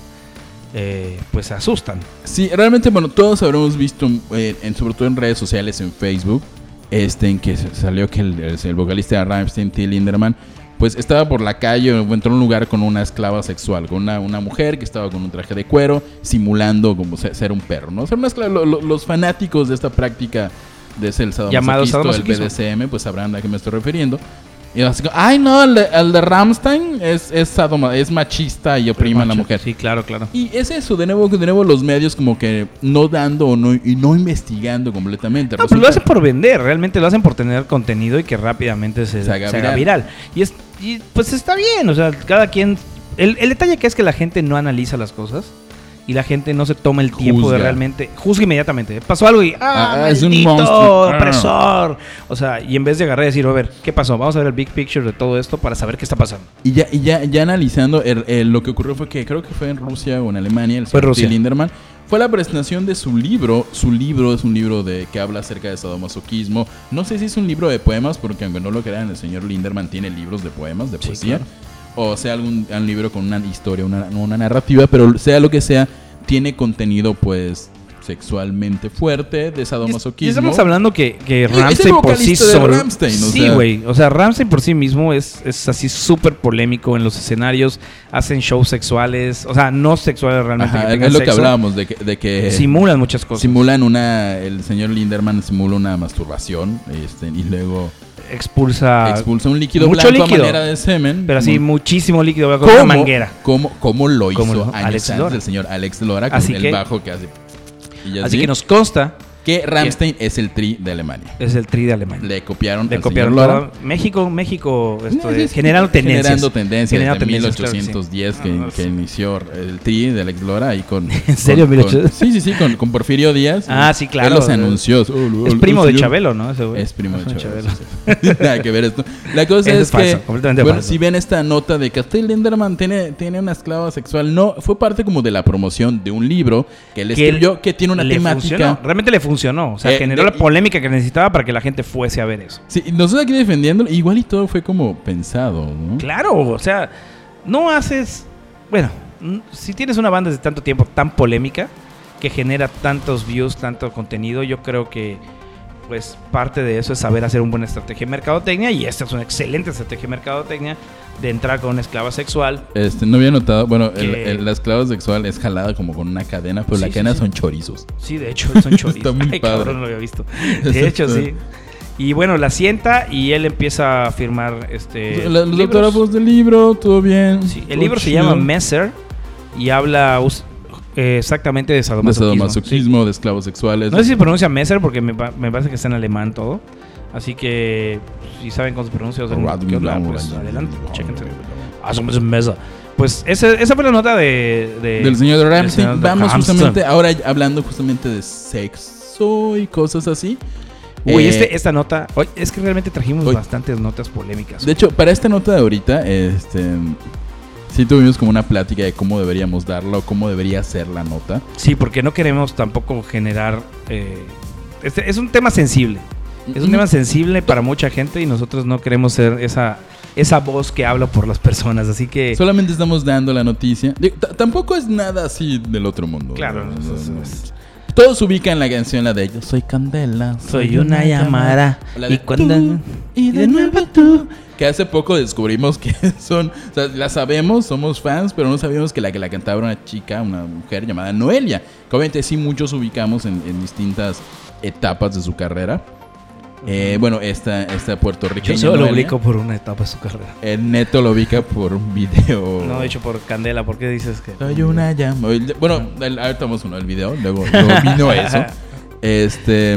eh, pues se asustan.
Sí, realmente, bueno, todos habremos visto, eh, en, sobre todo en redes sociales, en Facebook, este, en que se- salió que el, el- el vocalista de Rammstein, Till Linderman, pues estaba por la calle, entró en un lugar con una esclava sexual, con una, una mujer que estaba con un traje de cuero, simulando como se- ser un perro, ¿no? O sea, una esclava- lo- lo- los fanáticos de esta práctica de ser el
Llamado
el
sadomasoquismo.
BDSM, pues sabrán a qué me estoy refiriendo. Y así como, ay no, el de, el de Rammstein es, es, sadoma- es machista y oprime a la
Macho.
mujer.
Sí, claro, claro.
Y es eso, de nuevo, de nuevo los medios como que no dando o no, y no investigando completamente.
No, pero lo hacen
Resulta-
por vender, realmente lo hacen por tener contenido y que rápidamente se, se haga, viral. Y, es, y, pues está bien, o sea, cada quien... El, el detalle que es que la gente no analiza las cosas y la gente no se toma el tiempo de
Juzga.
realmente... Juzga inmediatamente. Pasó algo y... ¡Ah,
Ah, es un
maldito
monstruo. Ah.
opresor! O sea, y en vez de agarrar y decir, a ver, ¿qué pasó? Vamos a ver el big picture de todo esto para saber qué está pasando.
Y ya, y ya, ya analizando, el- el- lo que ocurrió fue que creo que fue en Rusia o en Alemania, el
Fue
señor
Rusia.
Till Lindemann, fue la presentación de su libro. Su libro es un libro de que habla acerca de sadomasoquismo. No sé si es un libro de poemas, porque aunque no lo crean, el señor Linderman tiene libros de poemas, de
Sí,
poesía.
claro.
O sea, algún, un libro con una historia, una, una narrativa, pero sea lo que sea, tiene contenido pues sexualmente fuerte, de
Y
sadomasoquismo.
estamos hablando que, que
es el
Ramsey por sí
vocalista de
solo.
Rammstein, o
sí,
sea.
güey. O sea, Ramsey por sí mismo es, es así súper polémico en los escenarios. Hacen shows sexuales. O sea, no sexuales realmente.
Ajá,
que tengan
es lo que
sexo.
hablábamos, eh, de que, de que
Simulan muchas cosas.
simulan una. El señor Linderman simula una masturbación este, y luego
expulsa.
expulsa un líquido
Ah, mucho
blanco
líquido.
a manera de semen.
pero así,
Muy-
muchísimo líquido. güey, Con
¿Cómo,
una manguera.
¿Cómo, cómo lo hizo
¿Cómo lo-
años
Alex
antes
Lora.
el señor Alex Lora con
Así
el
que-
bajo que hace? y
Así que nos consta.
Que Rammstein es el tri de Alemania.
Es el tri de Alemania.
Le copiaron
Le
al
copiaron
señor Lora.
todo. México, México, esto
Sí,
es,
sí,
generando tendencias.
Generando tendencias
Generando
desde
tendencias, claro que sí.
1810 que,
Ah,
que
sí.
inició el tri de Alex Lora ahí con...
(laughs) ¿En serio,
con-
1800?
con- Sí, sí, sí, con, con Porfirio Díaz.
Ah, sí, claro.
Él los anunció. Oh,
Es
oh,
primo
oh,
de
señor.
Chabelo, ¿no? Ese güey.
Es primo de Chabelo.
Chabelo.
(laughs) sí, sí. Nada que ver esto. La cosa
Eso
es,
es falso,
que,
completamente
bueno,
falso.
si ven esta nota de que hasta el Linderman tiene, tiene una esclava sexual, no, fue parte como de la promoción de un libro que él
Que
escribió que tiene una
le
temática...
funcionó, Realmente le funcionó. O sea,
Eh,
generó
de-
la polémica que necesitaba para que la gente fuese a ver eso.
Sí, y nosotros aquí defendiéndolo, igual y todo fue como pensado, ¿no?
Claro, o sea, no haces. Bueno, n- si tienes una banda desde tanto tiempo tan polémica, que genera tantos views, tanto contenido, yo creo que. Pues parte de eso es saber hacer una buena estrategia de mercadotecnia y esta es una excelente estrategia de mercadotecnia de entrar con una esclava sexual.
Este, no había notado, bueno, el,
Que-
el- la esclava sexual es jalada como con una cadena, pero
Sí,
la
sí,
cadena
sí.
son chorizos.
Sí, de hecho,
(laughs)
son chorizos.
Está muy
Ay,
padre.
cabrón, no lo había visto.
(laughs) Eso
De hecho,
está-
sí. Y bueno, la sienta y él empieza a firmar este.
La- los
libros.
autógrafos del libro, todo bien.
Sí, el
todo
libro se
chido.
llama Messer y habla us- eh, exactamente de
De
sadomasoquismo.
sadomasoquismo, de esclavos sexuales.
Sí. No sé si se pronuncia Messer porque me, pa- me parece que está en alemán todo. Así que si saben cómo se pronuncia, o sea, ¿qué onda? Pues, adelante, chéquense. Ah, Hacemos Messer. Pues esa, esa fue la nota de, de-
Del
Eh,
señor
del
Ramsey.
señor
Vamos
Ramstein.
justamente, ahora hablando justamente de sexo y cosas así.
Uy,
Eh,
este- esta nota. oye, es que realmente trajimos
oye.
bastantes notas polémicas.
De hecho, para esta nota de ahorita, este. Sí tuvimos como una plática de cómo deberíamos darla o cómo debería ser la nota.
Sí, porque no queremos tampoco generar. eh, este, es un tema sensible. Es un
Mm.
tema sensible para mucha gente y nosotros no queremos ser esa, esa voz que habla por las personas. Así que.
Solamente estamos dando la noticia. Digo, t- tampoco es nada así del otro mundo.
Claro,
No,
no,
no,
no,
no.
no.
Todos ubican la canción, la de Yo soy Candela. La de tú, y de nuevo tú. Que hace poco descubrimos que (laughs) son. O sea, la sabemos, somos fans, pero no sabíamos que la que la cantaba era una chica, una mujer llamada Noelia. Que obviamente sí muchos ubicamos en, en distintas etapas de su carrera. Eh, bueno, esta, esta puertorriqueña.
Yo solo lo
Noelia,
ubico por una etapa de su carrera.
eh, Neto lo ubica por un video.
No, de hecho, por Candela, ¿por qué dices que.?
Soy una llama. El- Bueno, el- ahorita vamos uno el video, luego, luego
(laughs)
vino eso. Este.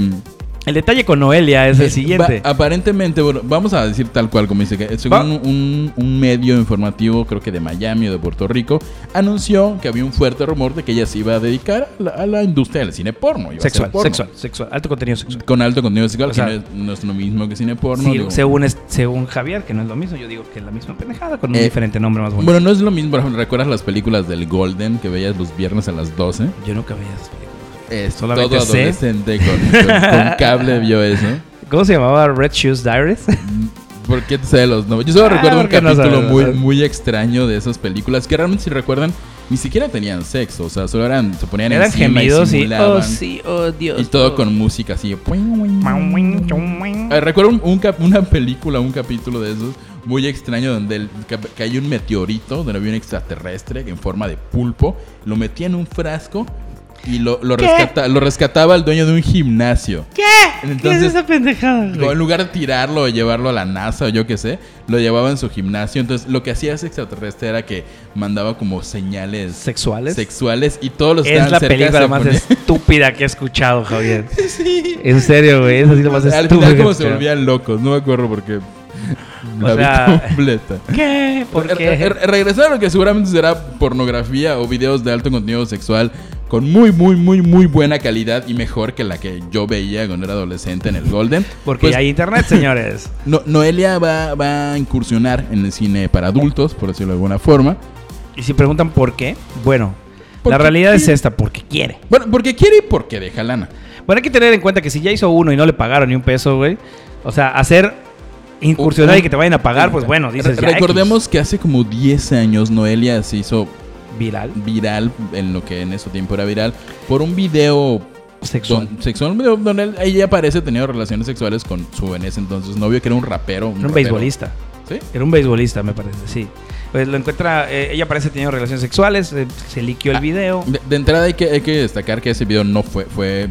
El detalle con Noelia es el
eh,
siguiente.
va- aparentemente, bueno, vamos a decir tal cual como dice que eh,
Va-
según un, un medio informativo, creo que de Miami o de Puerto Rico, anunció que había un fuerte rumor de que ella se iba a dedicar a la, a la industria del cine porno. iba a hacer
Sexual,
porno.
sexual, sexual. Alto contenido sexual.
Con alto contenido sexual,
O sea,
que no es, no es lo mismo que cine porno.
Sí,
digo.
según, es- según Javier, que no es lo mismo, yo digo que es la misma pendejada con un
Eh,
diferente nombre más bonito.
Bueno, no es lo mismo. por ejemplo, ¿Recuerdas las películas del Golden que veías los viernes a las 12?
yo nunca veía esas películas.
Es
Eh, Solamente
todo
sé.
adolescente con, con- con cable vio eso.
¿Cómo se llamaba Red Shoes Diaries?
¿Por qué te sabes los nombres? Yo solo
Ah,
recuerdo un
porque no
capítulo
sabes,
muy,
¿verdad?
muy extraño de esas películas que realmente, si recuerdan, ni siquiera tenían sexo. O sea, solo eran, se ponían
Eran
encima
gemidos y.
simulaban,
Oh, sí, oh, Dios.
y todo
oh.
con música así.
Pero
Eh, recuerdo un, un cap- una película, un capítulo de esos muy extraño donde el- que, que hay un meteorito, donde había un extraterrestre en forma de pulpo, lo metía en un frasco y lo, lo, rescata- lo rescataba el dueño de un gimnasio. ¿Qué? Entonces,
esa pendejada?
Digo, en lugar de tirarlo o llevarlo a la NASA o yo qué sé, lo llevaba en su gimnasio. Entonces, lo que hacía ese extraterrestre era que mandaba como señales
¿Sexuales?
sexuales y todos los que
es
estaban
la
cerca
película
se
más
ponían-
estúpida que he escuchado, Javier.
(laughs) Sí.
En serio, güey. Es así lo más
Al
estúpido.
final,
que he
como se
escuchado.
volvían locos, no me acuerdo por qué.
O
La
sea,
vi completa.
¿Qué? ¿Por
Re- re-
qué?
re- regresar a lo que seguramente será pornografía o videos de alto contenido sexual con muy, muy, muy, muy buena calidad y mejor que la que yo veía cuando era adolescente en el Golden.
Porque
Pues,
ya hay
(laughs)
internet, señores.
No- Noelia va, va a incursionar en el cine para adultos, por decirlo de alguna forma.
Y si preguntan por qué, bueno, la
Porque
realidad es
quiere.
esta, porque quiere.
Bueno, porque quiere y porque deja lana.
Bueno, hay que tener en cuenta que si ya hizo uno y no le pagaron ni un peso, güey. O sea, hacer incursionar y que te vayan a pagar, pues bueno, dices ya.
Uh, Re- Recordemos que hace como 10 años Noelia se hizo
X, viral.
viral, en lo que en ese tiempo era viral, por un video
Sexual.
Don, sexual, don- don él, ella parece tenido relaciones sexuales con su en ese entonces novio, que era un rapero.
Era un
rapero.
beisbolista.
Sí.
Era un beisbolista, me parece, sí. Pues lo encuentra, eh, ella parece teniendo relaciones sexuales, eh, se liqueó el
Ah,
video.
De, de entrada hay que, hay que destacar que ese video no fue, fue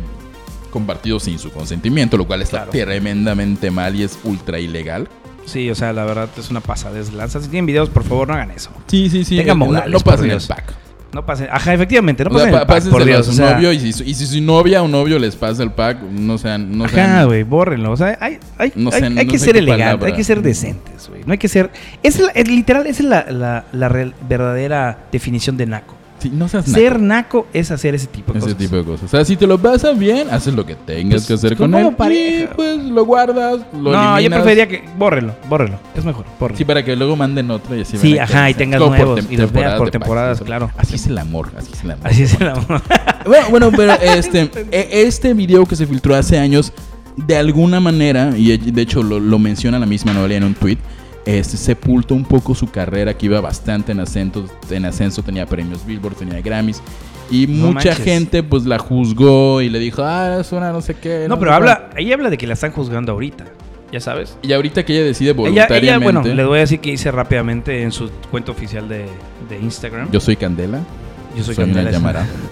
compartido sin su consentimiento, lo cual está
Claro.
tremendamente mal y es ultra ilegal.
Sí, o sea, la verdad es una pasadez de lanza. Si tienen videos, por favor, no hagan eso.
Sí, sí, sí.
Tengan
no-
modales,
no
por
pasen el
Dios.
pack.
No pasen. Ajá, efectivamente, no
o
pasen
sea,
el
pa-
pack, por
pásenselo a
Dios.
su
o sea,
novio y si, su- y si su novia o novio les pasa el pack, no sean... No
Ajá,
sean
güey, bórrenlo. O sea, hay, hay,
No
hay-
sé,
hay
no
que
sé
ser
qué
elegantes,
palabra.
hay que ser decentes, güey. No hay que ser. Es, la- es literal, esa es la, la- la real- verdadera definición de naco.
sí, no seas naco.
Ser naco es hacer ese tipo de
Ese
cosas.
tipo de cosas. O sea, si te lo pasas bien, haces lo que
Pues,
tengas que hacer
con
con
modo
él.
pareja.
Y pues lo guardas, lo
no, yo
eliminas.
preferiría que. Bórrenlo, bórrenlo. Es mejor, bórrenlo.
Sí, para que luego manden otro y así.
Sí,
van a
ajá,
querer.
y tengas
Todo
nuevos,
tem-
y los veas
temporadas
por
de packs,
temporadas,
eso.
claro.
Así es el amor, así es el amor.
Así es el amor.
Bueno, bueno, pero este, e- este video que se filtró hace años, de alguna manera, y e- de hecho lo, lo menciona la misma novela en un tweet, este, sepultó un poco su carrera que iba bastante en ascenso, en ascenso tenía premios Billboard, tenía Grammys. Y
No
mucha
manches.
gente pues la juzgó y le dijo, ah, suena no sé qué.
No,
sé
pero
cuál".
habla, ella habla de que la están juzgando ahorita. Ya sabes.
Y ahorita que ella decide
Ella,
voluntariamente,
ella, bueno, le voy a decir que hice rápidamente en su cuenta oficial de, de Instagram.
yo soy Candela,
Yo soy,
soy una
Candela
llamarada.
Esmeralda.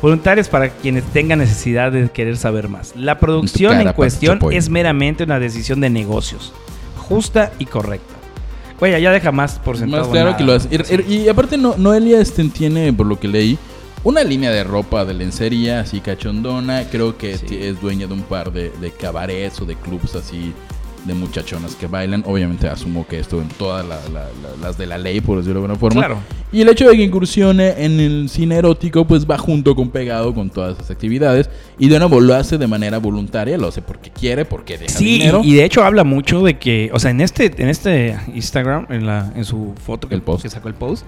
Voluntarios para quienes tengan necesidad de querer saber más. La producción
En tu
en,
cara,
cuestión
Pancho Chapoy.
es meramente una decisión de negocios, justa y correcta. Oye, ya deja más por sentado.
Más claro
nada.
que lo hace. Y, y- y aparte, no, Noelia este, tiene, por lo que leí, una línea de ropa de lencería así cachondona. Creo que
Sí.
ti- es dueña de un par de, de cabarets o de clubs así de muchachonas que bailan. Obviamente asumo que esto en todas la- la- la- las de la ley, por decirlo de alguna forma.
Claro.
Y el hecho de que incursione en el cine erótico, pues va junto con pegado con todas esas actividades. Y de nuevo lo hace de manera voluntaria, lo hace porque quiere, porque deja
Sí,
dinero.
y, y de hecho habla mucho de que, o sea, en este, en este Instagram, en, la, en su foto que,
El post.
que sacó el post,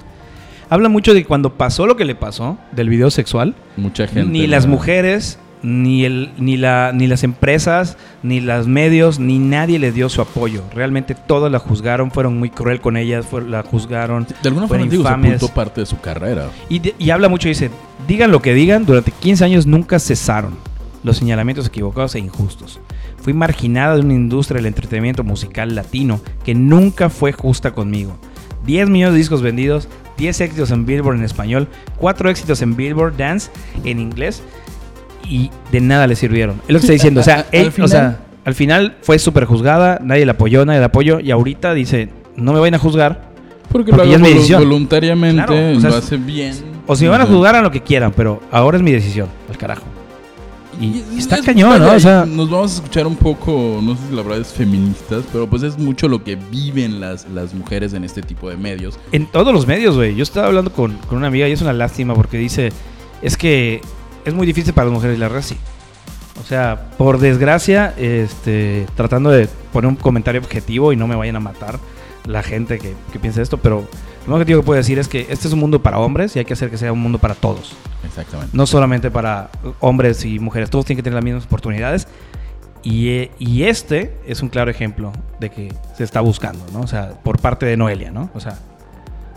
habla mucho de cuando pasó lo que le pasó del video sexual,
Mucha gente.
ni las
la-
mujeres, ni, el, ni, la, ni las empresas, ni los medios, ni nadie le dio su apoyo. Realmente todos la juzgaron, fueron muy cruel con ellas, fue- la juzgaron.
De alguna
fueron
forma, digo,
infames.
sepultó parte de su carrera.
Y, de- y habla mucho, dice, digan lo que digan, durante 15 años nunca cesaron los señalamientos equivocados e injustos. Fui marginada de una industria del entretenimiento musical latino que nunca fue justa conmigo. 10 millones de discos vendidos, 10 éxitos en Billboard en español, 4 éxitos en Billboard Dance en inglés y de nada le sirvieron. Es lo que está diciendo, o sea,
Al
él- o sea, al, final...
final-
fue súper juzgada, nadie la apoyó, nadie la apoyó y ahorita dice, no me vayan a juzgar. Porque
Porque,
ya
lo
es
hago
mi
volu-
decisión.
voluntariamente,
Claro, o sea,
lo hace bien.
O si me van a
Ajá.
juzgar a lo que quieran, pero ahora es mi decisión, al carajo. Y está
es-
cañón, ¿no?
vaya,
O sea-
Nos vamos a escuchar un poco, no sé si la verdad es feministas, pero pues es mucho lo que viven las, las mujeres en este tipo de medios.
En todos los medios, güey. Yo estaba hablando con, con una amiga y es una lástima porque dice, es que es muy difícil para las mujeres la raza. O sea, por desgracia, este, tratando de poner un comentario objetivo y no me vayan a matar la gente que, que piensa esto, pero lo más objetivo que puedo decir es que este es un mundo para hombres y hay que hacer que sea un mundo para todos.
Exactamente.
no solamente para hombres y mujeres, todos tienen que tener las mismas oportunidades. Y, eh, y este es un claro ejemplo de que se está buscando, ¿no? O sea, por parte de Noelia, ¿no? O sea,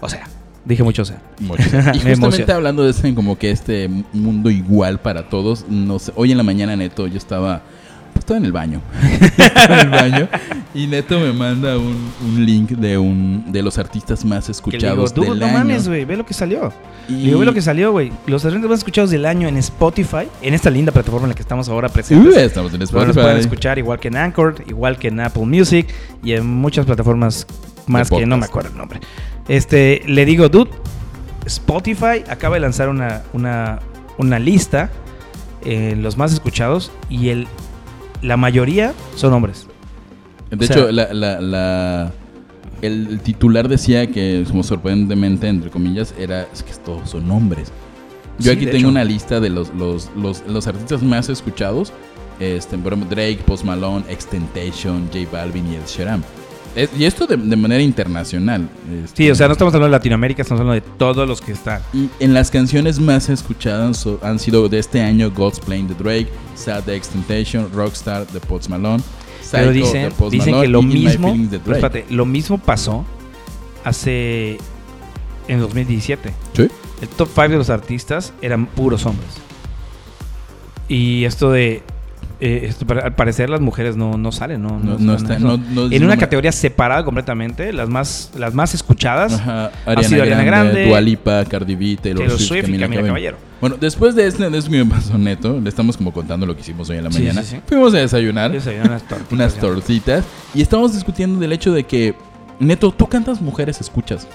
o sea, dije mucho, o sea.
Mucho.
Me
(laughs) Y justamente
emociona.
hablando de ese, como que este mundo igual para todos, no sé, hoy en la mañana, Neto, yo estaba, pues, estaba en el baño. (laughs) estaba en el baño. Y Neto me manda un, un link de un de los artistas más
Que le digo,
escuchados
"Dude,
del
no
año.
mames, güey, ve lo que salió.
Y-
Le digo, ve lo que salió, güey. Los 30 más escuchados del año en Spotify, en esta linda plataforma en la que estamos ahora
Uh,
presentes.
estamos en
Bueno,
Spotify.
pues, nos pueden escuchar igual que en Anchor, igual que en Apple Music y en muchas plataformas más
De
que no me
podcast.
acuerdo el nombre. Este, le digo, dude, Spotify acaba de lanzar una, una, una lista eh, los más escuchados y el, la mayoría son hombres.
De
O sea-
hecho, la, la- la- el, el titular decía que, como sorprendentemente, entre comillas, era es que todos son hombres.
Sí,
Yo aquí
de
tengo
hecho.
una lista de los, los, los, los artistas más escuchados. Este, por ejemplo, Drake, Post Malone, Extentation, J Balvin y El Sheeran. Es- y esto de, de manera internacional. este,
Sí, o sea, no estamos hablando de Latinoamérica, estamos hablando de todos los que están.
y en las canciones más escuchadas so- han sido de este año God's Playing the Drake, Sad the Extentation, Rockstar de Post Malone,
Pero
Psycho,
dicen,
de Post
dicen que
Malone
lo
y My
mismo,
Feelings de
pero
Drake.
espérate, lo mismo pasó hace en 2017.
Sí.
El top 5 de los artistas eran puros hombres. Y esto de. eh, esto, pa- al parecer las mujeres no, no salen, no,
No-
no,
no
están-
está-
no-
no- no-
en
no
una
me-
categoría separada completamente, las más, las más escuchadas.
Ajá,
ha
Ariana,
sido Ariana
Grande,
Grande,
Dua Lipa, Cardi B, Taylor,
Taylor
Swift,
Swift y
Camila,
Camila
Cabello.
Cabello.
Bueno, después de este, de esto que me pasó neto, le estamos como contando lo que hicimos hoy en la
Sí,
mañana.
sí, sí.
Fuimos a desayunar,
Ellos se dieron unas tortitas,
unas
ya.
tortitas, y estábamos discutiendo del hecho de que, neto, ¿tú cuántas mujeres escuchas?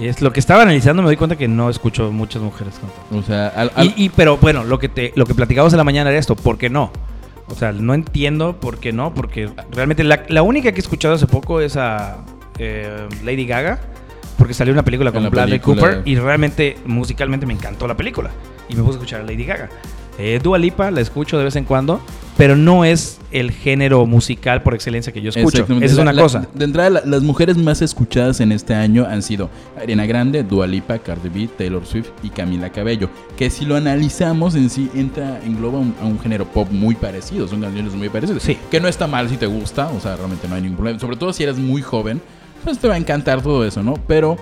Es lo que estaba analizando, me doy cuenta que no escucho muchas mujeres cantar.
O sea, al- al-
Y, y- pero bueno, lo que te, lo que platicamos en la mañana era esto, ¿por qué no? O sea, no entiendo por qué no, porque realmente la, la única que he escuchado hace poco es a eh, Lady Gaga, porque salió una película
En la
con Bradley
película.
Cooper y realmente musicalmente me encantó la película y me puse a escuchar a Lady Gaga. Eh, Dua Lipa la escucho de vez en cuando, pero no es el género musical por excelencia que yo escucho. Esa
Exactamente.
es
La-
una
la-
cosa.
De entrada, la- las mujeres más escuchadas en este año han sido Ariana Grande, Dua Lipa, Cardi B, Taylor Swift y Camila Cabello. Que si lo analizamos en sí, entra, engloba un- a un género pop muy parecido. Son canciones muy parecidas.
Sí.
Que no está mal si te gusta, o sea, realmente no hay ningún problema. Sobre todo si eres muy joven, pues te va a encantar todo eso, ¿no? Pero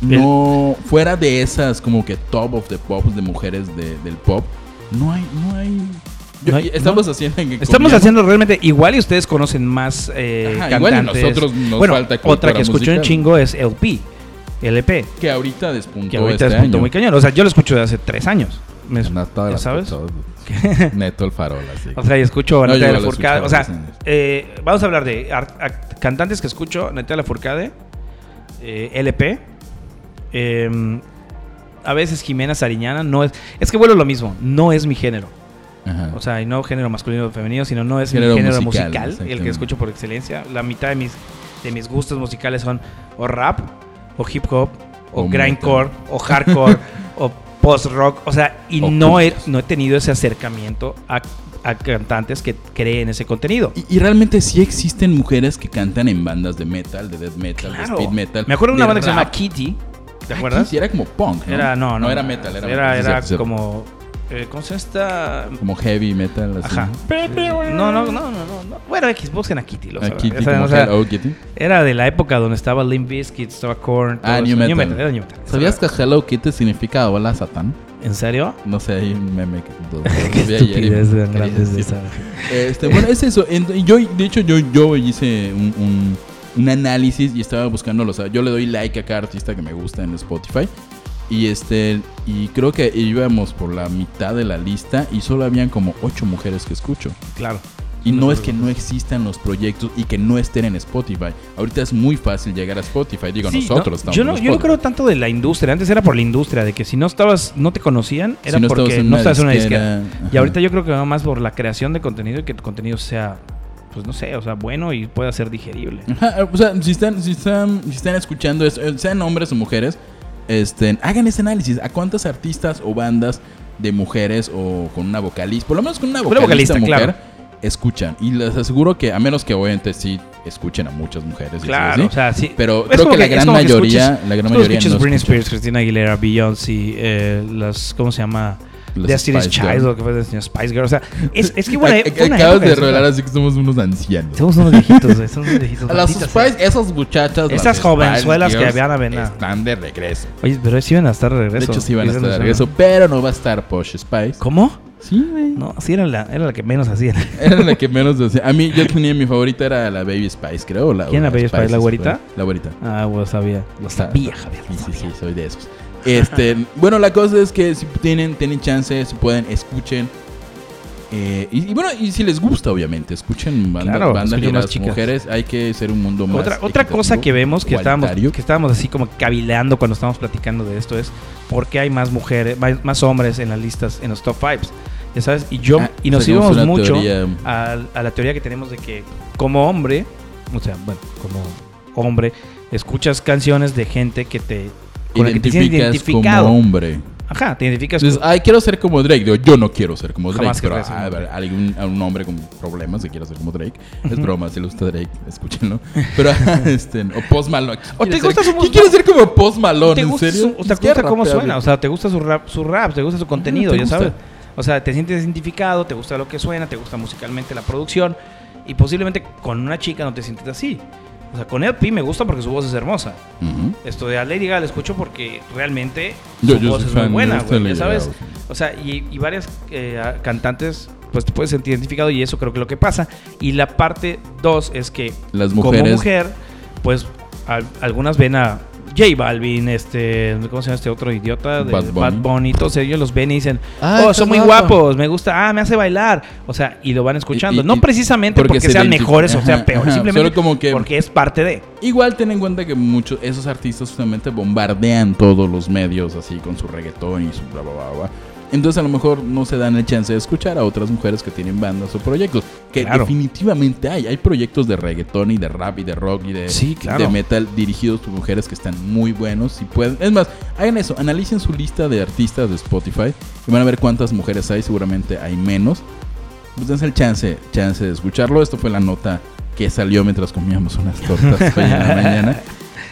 no fuera de esas como que top of the pop de mujeres de- del pop, no hay, no hay. yo-
No hay-
estamos haciendo en que
Estamos
combiamos-
haciendo realmente igual y ustedes conocen más eh,
Ajá, igual y
cantantes.
nosotros nos
bueno,
falta cultura
otra que escucho un
musical.
chingo es LP, LP,
que ahorita despuntó
que ahorita
este
es punto
año.
muy cañón. O sea, yo lo escucho de hace tres años. Me-
Nata de
¿ya
las
sabes?
Cototas. (laughs) Neto el farol, así.
O sea, y escucho a
No, yo
Natalia
lo
Lafourcade. O
escuchaba
sea,
hace años.
eh, vamos a hablar de ar- act- cantantes que escucho. Natalia Lafourcade, eh, LP, eh, a veces Jimena Sariñana. No es, es que vuelvo a lo mismo, no es mi género.
Ajá.
O sea, y no género masculino o femenino, sino no es
Género
mi género
musical,
musical, el
exactamente.
que escucho por excelencia. La mitad de mis, de mis gustos musicales son o rap, o hip hop, o,
O
grindcore, o
(laughs)
hardcore, o post rock. O sea, y
O
no he,
cumbias.
no he tenido ese acercamiento a, a cantantes que creen ese contenido.
y, y realmente sí existen mujeres que cantan en bandas de metal, de death metal,
Claro.
de speed metal.
Me acuerdo de una banda que se llama
rap.
Kitty. ¿Te
Ah,
acuerdas?
sí, era como punk, ¿no?
Era, no, no.
era metal, era,
Era,
metal, sí,
era
cierto, cierto.
como. eh, ¿Cómo se llama esta?
Como heavy metal, así.
Ajá. No, no, no, no, no, no. Bueno, X, busquen a Kitty. lo
A
sabrán.
Kitty,
Ya saben,
como
o sea,
Hello Kitty.
Era de la época donde estaba Limp Bizkit, estaba Korn. todo
Ah,
eso.
New Metal.
era New Metal.
¿Sabías que Hello Kitty significa hola Satán?
¿En serio?
No sé, hay un meme
(laughs)
que lo- lo
Qué
vi ayer y
estupidez
me
tan
quería
grande es
decir.
esa.
Este, bueno, es eso. Ent- y Yo, de hecho, yo, yo hice un, un- un análisis y estaba buscándolo. O sea, yo le doy like a cada artista que me gusta en Spotify. Y este y creo que íbamos por la mitad de la lista y solo habían como ocho mujeres que escucho.
Claro.
Y no es que no existan los proyectos y que no estén en Spotify. Ahorita es muy fácil llegar a Spotify. Digo,
Sí,
nosotros
¿no?
estamos
Yo
en
no, yo no
Spotify.
creo tanto de la industria. Antes era por la industria, de que si no estabas, no te conocían,
Si
era porque
estabas
no estabas en una disquera.
ajá.
Y ahorita yo creo que va más por la creación de contenido y que tu contenido sea, pues no sé, o sea, bueno y pueda ser digerible.
Ajá, eh, o sea, si están, si están, si están escuchando eso, eh, sean hombres o mujeres, este, hagan ese análisis. ¿A cuántas artistas o bandas de mujeres o con una vocalista, por lo menos con una
Una
vocalista,
vocalista,
mujer, escuchan? Y les aseguro que, a menos que obviamente sí escuchen a muchas mujeres. y
Claro,
así,
o sea, sí.
Pero
Es
creo
como
que la
es
gran
como que
mayoría-
escuches-
la gran
es como
mayoría
escuches
no
Britney
escucha.
Spears, Christina Aguilera, Beyoncé, eh, las, ¿cómo se llama?
Las
Destiny's
Spice
Child,
Girls.
lo que fue Destiny's Spice Girl. O sea, es, es que
(laughs)
bueno, eh,
Ac- ac- Acabas de revelar así que somos unos ancianos.
Somos unos viejitos, güey, somos
(laughs)
unos viejitos.
A las
maldita
Spice, esas muchachas.
Esas
las Spice
jovenzuelas que
Girls,
habían avenado.
Están de regreso.
sea. Oye, pero sí iban a estar de regreso.
de hecho, sí van a
Dicen,
estar de
o sea,
regreso, pero no va a estar Posh Spice.
¿Cómo?
Sí, güey.
No, sí era la, era la que menos hacían.
Era la que menos decía. A mí, yo tenía mi favorita, era la Baby Spice, creo. o La,
¿Quién
o
la Baby Spice? ¿La güerita?
La güerita.
Ah, bueno, sabía. Lo sabía,
Ah,
Javier.
Sí, sí, sí, soy de esos. Este, (laughs) bueno, la cosa es que si tienen, tienen chance, si pueden, escuchen. Eh, y, y bueno, y si les gusta, obviamente, escuchen bandas,
Claro,
bandas
escuchen
y
más
las
chicas.
mujeres. Hay que ser un mundo más.
Otra, otra
equitativo,
cosa que vemos que estábamos,
igualitario.
que estábamos así como cavilando cuando estábamos platicando de esto es por qué hay más mujeres, más, más hombres en las listas, en los top fives. Ya sabes, y yo,
Ah,
y nos
sacamos
íbamos
una
mucho
teoría.
a, a la teoría que tenemos de que como hombre, o sea, bueno, como hombre, escuchas canciones de gente que te con la que te sientes
identificas
identificado.
como hombre. Pues,
Ajá, te identificas
Entonces,
con-
ay, quiero ser como Drake. Digo, yo no quiero ser como Drake.
Jamás
pero
querré ser
ah,
como Drake.
algún a un hombre con problemas que quiera ser como Drake. Es broma, si le gusta Drake,
(laughs)
escúchenlo. Pero, (laughs) ah, este, o Post Malone. ¿Quién
O te
quiere ser-
gusta su
¿Quién
música?
quiere ser como Post Malone?
te
¿En
gusta,
serio?
su- o sea, te
Qué
gusta cómo
rapeable.
suena, o sea, te gusta su rap, su rap, te gusta su contenido,
Ah, te
ya
gusta.
sabes. O sea, te sientes identificado, te gusta lo que suena, te gusta musicalmente la producción y posiblemente con una chica no te sientes así. O sea, con LP me gusta porque su voz es hermosa.
Ujú.
Esto de a Lady Gaga la escucho porque realmente
Yo-
su
yo
voz
soy
es
fan,
muy
me
buena,
gusta
güey, ya
Lady Gaga,
sabes.
güey.
O sea, y, y varias eh, a- cantantes, pues te puedes sentir identificado y eso creo que es lo que pasa. Y la parte dos es que
Las
como
mujeres-
mujer, pues al- algunas ven a J Balvin, este, ¿cómo se llama este otro idiota? De
Bad Bunny.
todos ellos los ven y dicen,
Ah,
oh,
estás
son muy
guapo".
guapos, me gusta, ah, me hace bailar. O sea, y lo van escuchando.
Y- y-
no
y-
precisamente
porque
porque,
se
sean
identifica-
mejores o
ajá,
sean peores,
ajá,
simplemente
solo como que-
porque es parte de.
Igual ten en cuenta que muchos esos artistas justamente bombardean todos los medios así con su reggaetón y su bla bla bla. bla. Entonces a lo mejor no se dan el chance de escuchar a otras mujeres que tienen bandas o proyectos. Que
Claro.
definitivamente hay. Hay proyectos de reggaetón y de rap y de rock y de,
Sí, claro.
de metal dirigidos por mujeres que están muy buenos y pueden. Es más, hagan eso, analicen su lista de artistas de Spotify y van a ver cuántas mujeres hay, seguramente hay menos. Pues dense el chance, chance de escucharlo. Esto fue la nota que salió mientras comíamos unas tortas hoy en la mañana.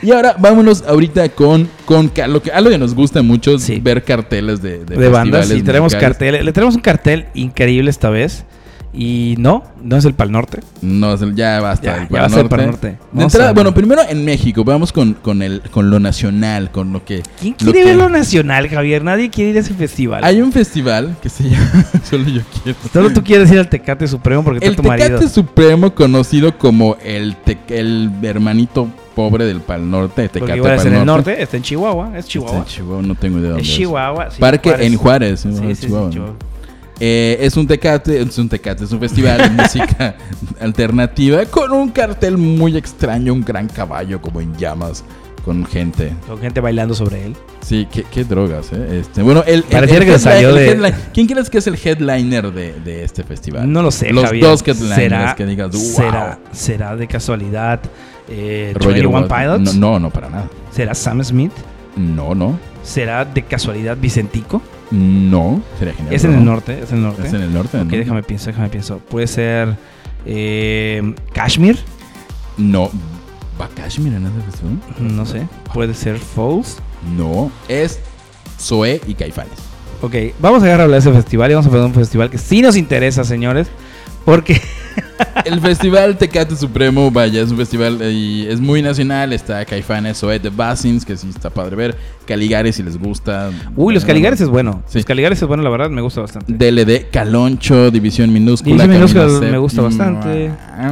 Y ahora vámonos ahorita con, con ca- lo que, algo que nos gusta mucho es
Sí.
ver carteles de, de,
de bandas y
festivales
tenemos
musicales.
carteles. Le tenemos un cartel increíble esta vez. Y no, no es el Pal Norte.
No, es el- ya basta.
Ya,
del
ya basta del Pal Norte.
De
Vamos
entrada,
a-
bueno, primero en México, vamos con, con, el, con lo nacional, con lo que...
¿Quién
lo
quiere ver
que-
lo nacional, Javier? Nadie quiere ir a ese festival.
Hay un festival que se (laughs) llama... Solo yo quiero.
Solo tú quieres ir al Tecate Supremo porque
El
está tu marido.
Tecate Supremo, conocido como el, te- el hermanito pobre del Pal Norte. Tecate
Porque igual es
Pal
en el norte, está en Chihuahua, es Chihuahua.
Está en Chihuahua, no tengo idea dónde
Es
es.
Chihuahua. sí,
Parque en Juárez.
Sí,
¿no?
sí, sí,
Chihuahua.
Chihuahua.
Eh, es un tecate, es un tecate, es un
(laughs)
festival de música alternativa con un cartel muy extraño, un gran caballo como en llamas, con gente.
Con gente bailando sobre él.
Sí, qué, qué drogas, ¿eh? Este, bueno, el, el-
Pareciera
el
que salió
el
de-
headline- ¿Quién crees que es el headliner de, de este festival?
No lo sé,
Los
Javier.
dos headliners que digas, wow.
será, será de casualidad eh,
Roger
21
Waters.
Pilots?
No, no, no, para nada.
¿Será Sam Smith?
No, no.
¿Será de casualidad Vicentico?
No, sería genial.
es en
¿no?
el norte, es en el norte.
Es en el norte.
Ok,
¿no?
déjame pienso, déjame pienso. Puede ser eh, Kashmir,
No. ¿Va Kashmir en ese festival?
no sé. Puede ser Falls.
No. Es Zoe y Caifanes.
Ok, vamos a agarrar a ese festival y vamos a poner un festival que sí nos interesa, señores.
(laughs)
Porque
El festival Tecate Supremo, vaya, es un festival eh, y es muy nacional. Está Caifanes, Zoe, The Basins, que sí está padre ver. Caligares, si les gusta. Ah,
Uy, los
Bueno,
Caligares es bueno.
Sí.
Los Caligares es bueno, la verdad, me gusta bastante.
DLD, Caloncho, División Minúscula.
División Minúscula
Camino
me
Séptimo.
gusta bastante.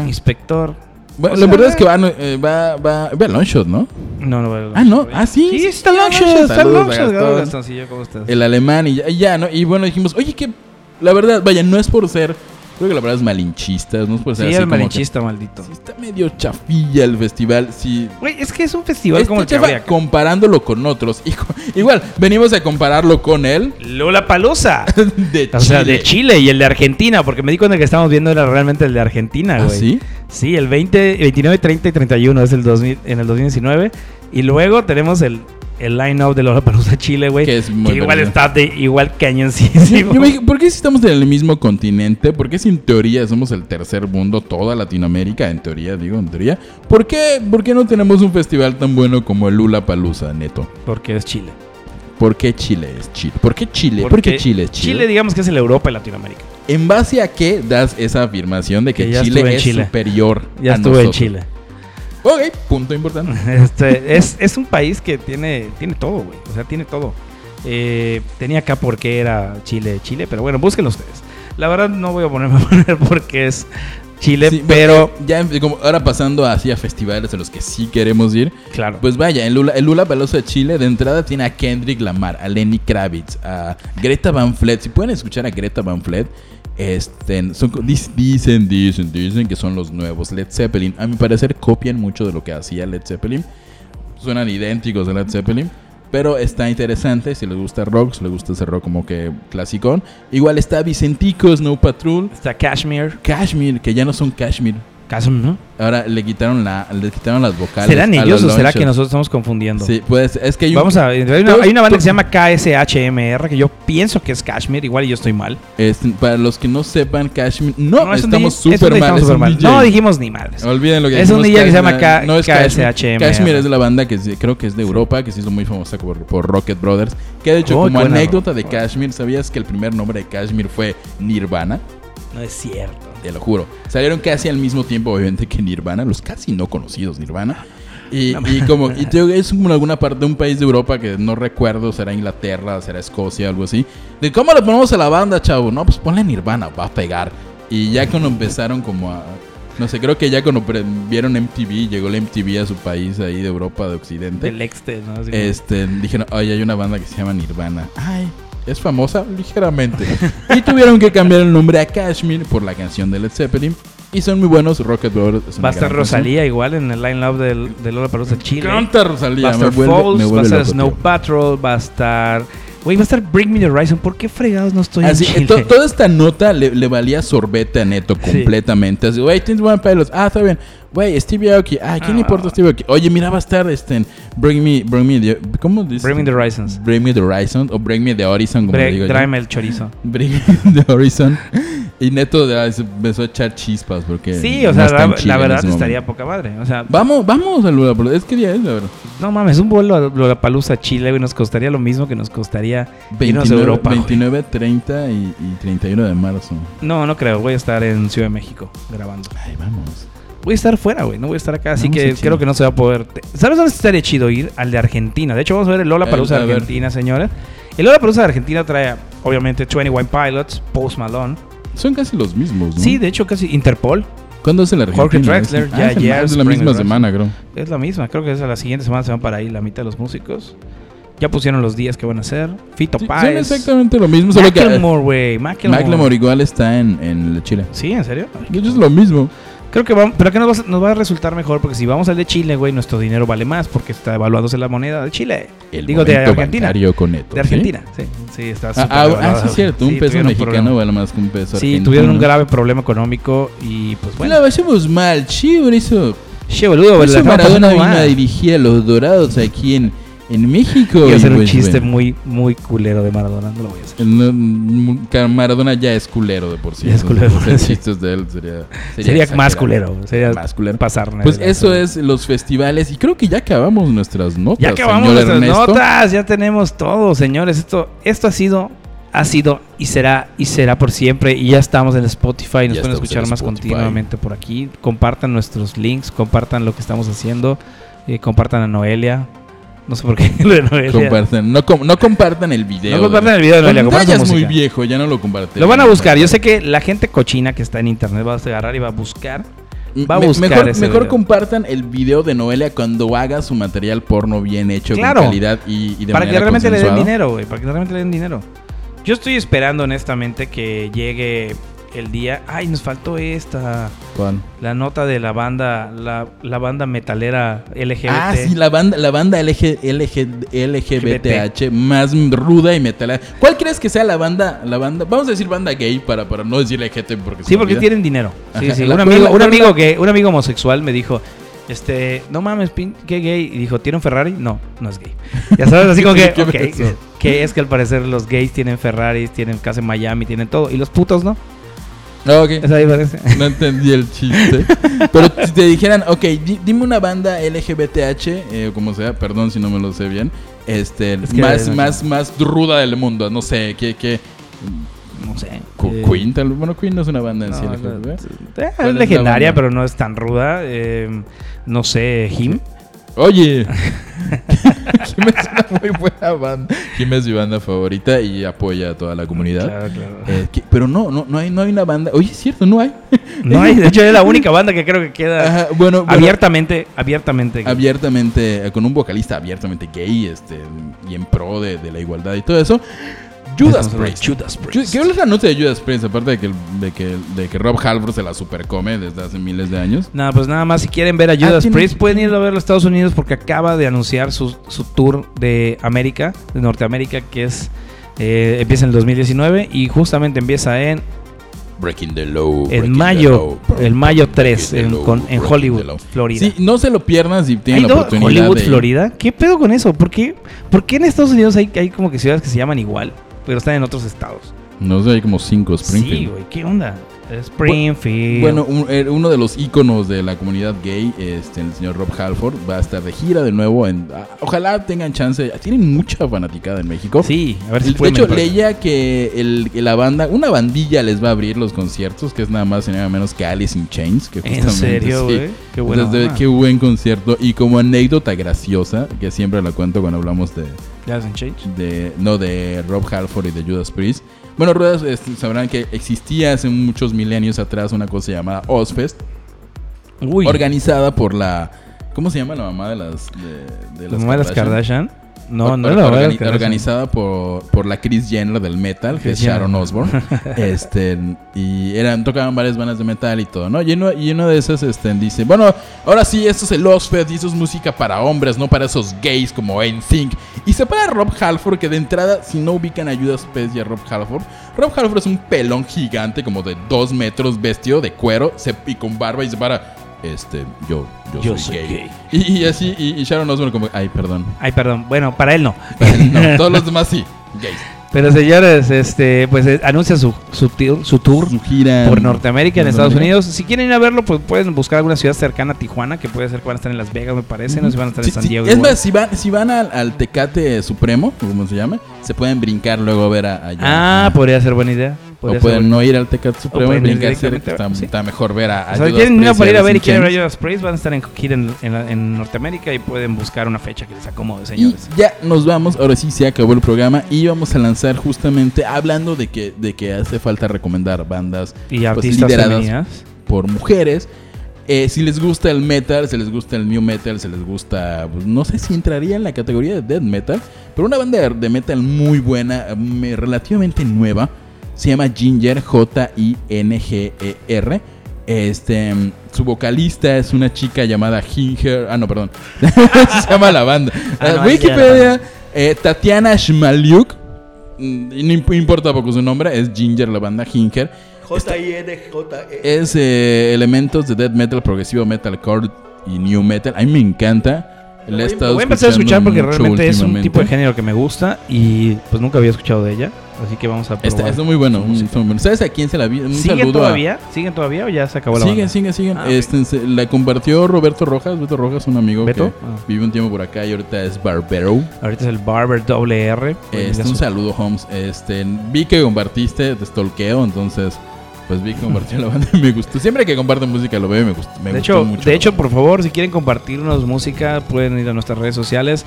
Inspector.
Bueno,
O
lo
sea,
importante es que van, eh, va, va, ve a Longshot, ¿no?
No, no, vale.
Ah, no. Ah, sí.
Sí, está
sí,
Longshot,
Longshot.
está
Saludos a
Longshot,
Gastón.
Gastoncillo, ¿cómo estás?
el alemán y ya, y ya, ¿no? Y bueno, dijimos, oye, que la verdad, vaya, no es por ser, creo que la verdad es malinchistas, no es por
Sí,
ser así
el
como que-
malinchista, maldito.
sí está medio chafilla el festival, sí.
Güey, es que es un festival
Este
como el que
chafa,
había acá.
comparándolo con otros, hijo, igual, venimos a compararlo con él
Lola
(laughs)
Palusa.
de
O sea,
Chile.
de Chile y el de Argentina, porque me di cuenta que estábamos viendo era realmente el de Argentina,
¿Ah,
güey.
sí?
Sí, el 20, 29, 30 y 31 es el 2000, en el 2019. Y luego tenemos el, el line-up de Lola Palusa Chile, güey.
Que es muy
igual
parecido.
está de igual
Sí,
cañoncísimo.
yo me dije, ¿por qué si estamos en el mismo continente? ¿Por qué si en teoría somos el tercer mundo, toda Latinoamérica, en teoría, digo, en teoría? ¿Por qué, por qué no tenemos un festival tan bueno como el Lula Palusa, neto?
Porque es Chile.
¿Por qué Chile es Chile? ¿Por qué Chile? ¿Por qué Chile es Chile?
Chile, digamos que es el Europa y Latinoamérica.
¿En base a qué das esa afirmación de que,
Que ya
Chile
estuve en
es
Chile.
superior
Ya
a
estuve en
Ah, nosotros?
Chile. (laughs)
Ok, punto importante.
Este, es, es un país que tiene, tiene todo, güey. O sea, tiene todo. Eh, tenía acá por qué era Chile, Chile, pero bueno, búsquenlo ustedes. La verdad no voy a ponerme a poner (laughs) por qué es Chile,
Sí,
pero
Ya em- como ahora pasando así a festivales a los que sí queremos ir,
claro.
pues vaya, el Lula, el Lula Palusa de Chile de entrada tiene a Kendrick Lamar, a Lenny Kravitz, a Greta Van Fleet. Si pueden escuchar a Greta Van Fleet, este, son co- dis- dicen, dicen, dicen que son los nuevos Led Zeppelin. A mi parecer copian mucho de lo que hacía Led Zeppelin. Suenan idénticos a Led Zeppelin. Pero está interesante, si les gusta rock, si les gusta ese rock como que clasicón. Igual está Vicentico, Snow Patrol,
Está Kashmir.
Kashmir, que ya no son Kashmir.
Kashmir, ¿no?
Ahora le quitaron la, le quitaron las vocales.
¿Serán
a
ellos o
los
será
Longshot.
que nosotros estamos confundiendo?
Sí, pues es que hay un-
Vamos a hay una,
Tú-
hay una banda
tú-
que se llama KSHMR que yo pienso que es Kashmir, igual y yo estoy mal.
este, para los que no sepan, Cashmere, no,
es un
estamos
DJ, es un
súper
DJ,
mal.
estamos
es un
súper mal.
DJ.
No dijimos ni madres.
Olviden lo que
Es un
dijimos,
DJ que se llama
Cashmere,
K-
no es Cashmere.
KSHMR.
Cashmere es de la banda que sí- creo que es de Europa, que se hizo muy famosa por, por Rocket Brothers. Que de hecho,
Oh,
como
qué buena
anécdota de
rola.
Cashmere, ¿sabías que el primer nombre de Cashmere fue Nirvana?
No es cierto.
¿Eh? Te lo juro. Salieron casi al mismo tiempo, obviamente, que Nirvana, los casi no conocidos Nirvana. Y, y como, y te digo, es como en alguna parte de un país de Europa que no recuerdo, será Inglaterra, será Escocia, algo así. De cómo le ponemos a la banda, chavo. No, pues ponle Nirvana, va a pegar. Y ya cuando empezaron como a. No sé, creo que ya cuando pre- vieron MTV, llegó la MTV a su país ahí de Europa, de Occidente.
Del exte, ¿no? Así como-
Este, dijeron, ay, hay una banda que se llama Nirvana. Ay, es famosa ligeramente. (laughs) y tuvieron que cambiar el nombre a Kashmir por la canción de Led Zeppelin. Y son muy buenos, Rocket Brothers. es una
Va a estar
gran canción.
Rosalía igual en el line-up del, de Lola Palusa Chile.
Canta Rosalía,
Va a
me
estar
vuelve-
Falls, va
me
a
vuelve
estar
loco,
Snow
tío.
Patrol, va a estar... Güey, va a estar Bring Me The Horizon. ¿Por qué fregados no estoy
Así, eh,
en Chile?
to- toda esta nota le, le valía sorbete a Neto
Sí.
completamente. Así, güey, Tins One Pilots. Ah, está bien. Güey, Steve Aoki. Ah, ¿quién le importa Steve Aoki? Oye, mira, va a estar este. en Bring me, bring me the. ¿Cómo dice?
Bring Me The Horizons.
Bring me the Horizon. O Bring me the Horizon, como
Bre-
digo yo.
tráeme el chorizo.
Bring (laughs) me the Horizon. Y Neto de- ah, se empezó a echar chispas porque.
Sí, o
no
sea,
está
la,
en
la
Chile en
verdad
ese
estaría
momento.
poca madre. O sea,
Vamos, vamos, Lula, pero es que día es, la verdad.
no mames, un vuelo a Lola Palusa Chile, güey, nos costaría lo mismo que nos costaría irnos a
29,
Europa. güey.
29, 30 y, y 31 de marzo.
No, no creo. Voy a estar en Ciudad de México grabando.
Ay, vamos.
Voy a estar fuera, güey. No voy a estar acá. Así
Vamos a
que
Chile.
creo que no se va a poder. Te- ¿Sabes dónde estaría chido ir? Al de Argentina. De hecho, vamos a ver el Lola Palusa
El- a
de
ver.
Argentina, señores. El Lola Palusa de Argentina trae, obviamente, 21 Pilots, Post Malone.
Son casi los mismos, ¿no?
Sí, de hecho, casi Interpol.
¿Cuándo es el Argentina?
Jorge Drexler,
Ah,
ya-
es el-
ya
es
es
la
Spring
misma
Rush.
semana, creo.
Es la misma. Creo que es a la siguiente semana se van para ahí la mitad de los músicos. Ya pusieron los días que van a hacer. Fito
Sí, son
Páez.
exactamente lo mismo, solo que eh,
Macklemore, güey. Macklemore.
Macklemore igual está en, en Chile.
Sí, ¿en serio?
De hecho, es lo mismo.
Creo que vamos, pero que nos va, a- nos va a resultar mejor porque si vamos al de Chile, güey, nuestro dinero vale más porque está evaluándose la moneda de Chile.
El
Digo, de
momento
Argentina.
bancario con Neto,
De
¿sí?
Argentina, sí. Sí, está
Ah,
súper
ah, ah,
evaluado,
sí, es cierto.
güey.
Un
Sí,
peso
tuvieron
mexicano
problema.
vale más que un peso
Sí,
argentino.
tuvieron un
¿no?
grave problema económico y pues
La
bueno.
pasamos mal, sí, por eso.
Che, boludo,
Por
la
eso
estamos
Pues Maradona
pasando
vino
mal.
a dirigir a los dorados aquí en, en México.
Iba a
y
hacer un
pues,
chiste
bueno,
muy, muy culero de Maradona, no lo voy a hacer.
el- no- que Maradona ya es culero de por sí.
Ya es
entonces,
(laughs) culero,
hacer
sí.
chistes de él sería.
Sería, más
exagerado.
culero, sería
Más culero.
pasar.
Pues eso es los festivales. Y creo que ya acabamos nuestras notas.
Ya acabamos
señor
nuestras
Ernesto.
notas, ya tenemos todo, señores. Esto, esto ha sido, ha sido y será y será por siempre. Y ya estamos en Spotify, nos pueden
Ya estamos
escuchar
en
más
Spotify.
continuamente por aquí. Compartan nuestros links, compartan lo que estamos haciendo, eh, compartan a Noelia. No sé por qué (laughs) lo de Noelia.
Compartan, no, com- no compartan el video.
No compartan el video de Noelia,
Cuando
compartan
ya es
música.
muy viejo, ya no lo comparten.
Lo van a buscar. Yo sé que la gente cochina que está en internet va a agarrar y va a buscar. va a
Me-
buscar
mejor,
ese
mejor
video.
compartan el video de Noelia cuando haga su material porno bien hecho,
Claro.
con calidad y, y de
para que
manera
realmente le den
consensuada.
dinero, güey. Para que realmente le den dinero. Yo estoy esperando, honestamente, que llegue el día. Ay, nos faltó esta.
¿Cuál?
La nota de la banda, la, la banda metalera LGBT.
Ah, sí, la banda, la banda LG, LG, LGBTH más ruda y metal. ¿Cuál crees que sea la banda, la banda? Vamos a decir banda gay para, para no decir LGT porque se
Sí,
me
porque
olvida.
tienen dinero. Sí,
Ajá.
sí.
La-
Un amigo,
la-
un
la-
amigo que, un amigo homosexual me dijo, este, no mames, pin- qué gay. Y dijo, ¿tiene un Ferrari? No, no
(laughs)
es gay. Ya sabes, así como que,
¿Qué
ok,
pasó?
que es que al parecer los gays tienen Ferraris, tienen casa en Miami, tienen todo. Y los putos, ¿no?
Ah, ok.
Esa diferencia.
No entendí el chiste. Pero si te dijeran, ok, di- dime una banda LGBTH, eh, o como sea, perdón si no me lo sé bien, este,
Es que-
más, más, más ruda del mundo, no sé, que, que
(laughs) No sé.
Cu-
Eh,
Queen, tal- bueno, Queen no es una banda en sí,
No,
LGBT.
no, eh,
¿Cuál es
es
la
legendaria,
banda?
pero no es tan ruda. Eh, no sé, Jim.
Oye, (laughs) Jim es una muy buena banda. Jim es mi banda favorita y apoya a toda la comunidad.
Claro, claro.
Eh, que- pero no, no, no hay, no hay una banda. Oye, es cierto, no hay.
(laughs) No hay, de hecho es la única banda que creo que queda
Ajá, bueno, bueno,
abiertamente, abiertamente. gay.
abiertamente, eh, con un vocalista abiertamente gay, este, y en pro de, de la igualdad y todo eso. Judas Priest.
Judas
Ju- ¿Qué hablas la nota de Judas Priest? Aparte de que, el- de que, de que Rob Halford se la supercome desde hace miles de años.
Nada, pues nada más si quieren ver a
Ah,
Judas
tiene-
Priest pueden ir a ver a los Estados Unidos porque acaba de anunciar su, su tour de América, de Norteamérica, que es eh, empieza en el 2019 y justamente empieza en,
Breaking the Law.
en
Breaking the
mayo,
Law,
el mayo 3
Breaking
en,
the Law,
con- en
Breaking the
Hollywood,
Law.
Florida.
Sí, no se lo pierdas si
¿Hay
tienen la
do-
oportunidad.
Hollywood,
de-
Florida? ¿Qué pedo con eso? ¿Por qué, ¿Por qué en Estados Unidos hay, hay como que ciudades que se llaman igual, pero están en otros estados?
No sé, hay como cinco
Sí,
Springfield.
güey, ¿qué onda? Springfield.
Bueno, un- eh, uno de los íconos de la comunidad gay, este, el señor Rob Halford, va a estar de gira de nuevo. En, ah, ojalá tengan chance. Tienen mucha fanaticada en México.
sí, a ver si
De
pueden
hecho,
venir para acá.
leía que el- que la banda, una bandilla les va a abrir los conciertos, que es nada más y nada menos que Alice in Chains. Que
En
justamente,
serio,
sí.
güey. Qué bueno.
Entonces, de- qué buen concierto. Y como anécdota graciosa, que siempre la cuento cuando hablamos de, de- no de Rob Halford y de Judas Priest. Bueno, Ruedas este, sabrán que existía hace muchos milenios atrás una cosa llamada Ozfest,
Uy,
organizada por la ¿Cómo se llama la mamá de las de, de las
¿no eras Kardashian? No,
Or-
no
or-
era la
organi-
verdad. Kardashian.
organizada por, por la Chris Jenner del metal, que
Kris
es Sharon
Jenner.
Osbourne.
(laughs)
este, y eran, tocaban varias bandas de metal y todo, ¿no? Y uno, y uno de esos este, dice, bueno, ahora sí, esto es el Ozfest y eso es música para hombres, no para esos gays como NSYNC. Y se para Rob Halford, que de entrada, si no ubican a Judas Priest y a Rob Halford, Rob Halford es un pelón gigante como de dos metros, vestido de cuero se, y con barba y se para... Este, yo, yo,
Yo
soy,
soy
gay. Y, y así, y, y Sharon Osbourne como, ay, perdón,
Ay, perdón. Bueno, para él
(laughs)
no. (laughs)
no, todos los demás sí, gays.
Pero señores, este, pues eh, anuncia su, su, tir- su tour
Su gira
por Norteamérica en
Norteamérica.
Estados Unidos. Si quieren ir a verlo, pues pueden buscar alguna ciudad cercana a Tijuana, que puede ser que van a estar en Las Vegas, me parece. No sé si van a estar
Sí,
en San
sí,
Diego.
Es
igual.
más, si van, si van al, al Tecate Supremo, o como se llama, se pueden brincar luego a ver a, a John.
ah, podría ser buena idea.
o
Podría ser
pueden no ir al Tecate Supremo y
pueden ir
brincarse.
directamente a ver,
Está,
sí.
está mejor ver a, a
O sea,
Judas
quieren ir a
Priest
para ir a
Alice
ver y
in
quieren ver
Chains.
a Judas Priest, van a estar en gira en, en la- en Norteamérica y pueden buscar una fecha que les acomode,
Y
señores.
ya nos vamos, ahora sí se acabó el programa y vamos a lanzar justamente hablando de que, de que hace falta recomendar bandas
Y,
pues,
artistas
lideradas
femeninas.
por mujeres. Eh, si les gusta el metal, si les gusta el new metal, si les gusta. pues, no sé si entraría en la categoría de death metal, pero una banda de- de metal muy buena, mm, relativamente nueva, se llama Ginger, J-I-N-G-E-R. E Este, mm, su vocalista es una chica llamada Ginger. Ah, no, perdón. (laughs) se llama la banda.
Ah, no, así se
Eh,
llama la
Wikipedia, eh, Tatiana Shmaliuk. mm, y No imp- importa porque su nombre es Ginger, la banda Ginger.
J-I-N-J-E.
Es eh, elementos de death metal, progresivo metal, core y new metal. A mí me encanta. La he estado
Voy a empezar a escuchar porque
mucho
realmente es un
últimamente.
tipo de género que me gusta y pues nunca había escuchado de ella. Así que vamos a probar.
Está, está muy bueno.
su
Este, un-
música.
está muy bueno. ¿Sabes a quién se la vi? Un
¿Siguen
saludo a-
todavía? ¿Siguen todavía o ya se acabó la
Siguen,
banda?
siguen, siguen.
Ah,
Este, se- La compartió Roberto Rojas. Beto Rojas, un amigo
¿Beto?
que
Ah.
vive un tiempo por acá y ahorita es Barbero.
Ahorita es el Barber WR.
Este, un saludo, Holmes. Este, vi que compartiste, te stalkeo, entonces. Pues vi que compartió la banda y me gustó. Siempre que comparten música lo veo y me gustó. Me
de
gustó
hecho,
mucho
de
la
hecho,
banda.
por favor, si quieren compartirnos música, pueden ir a nuestras redes sociales.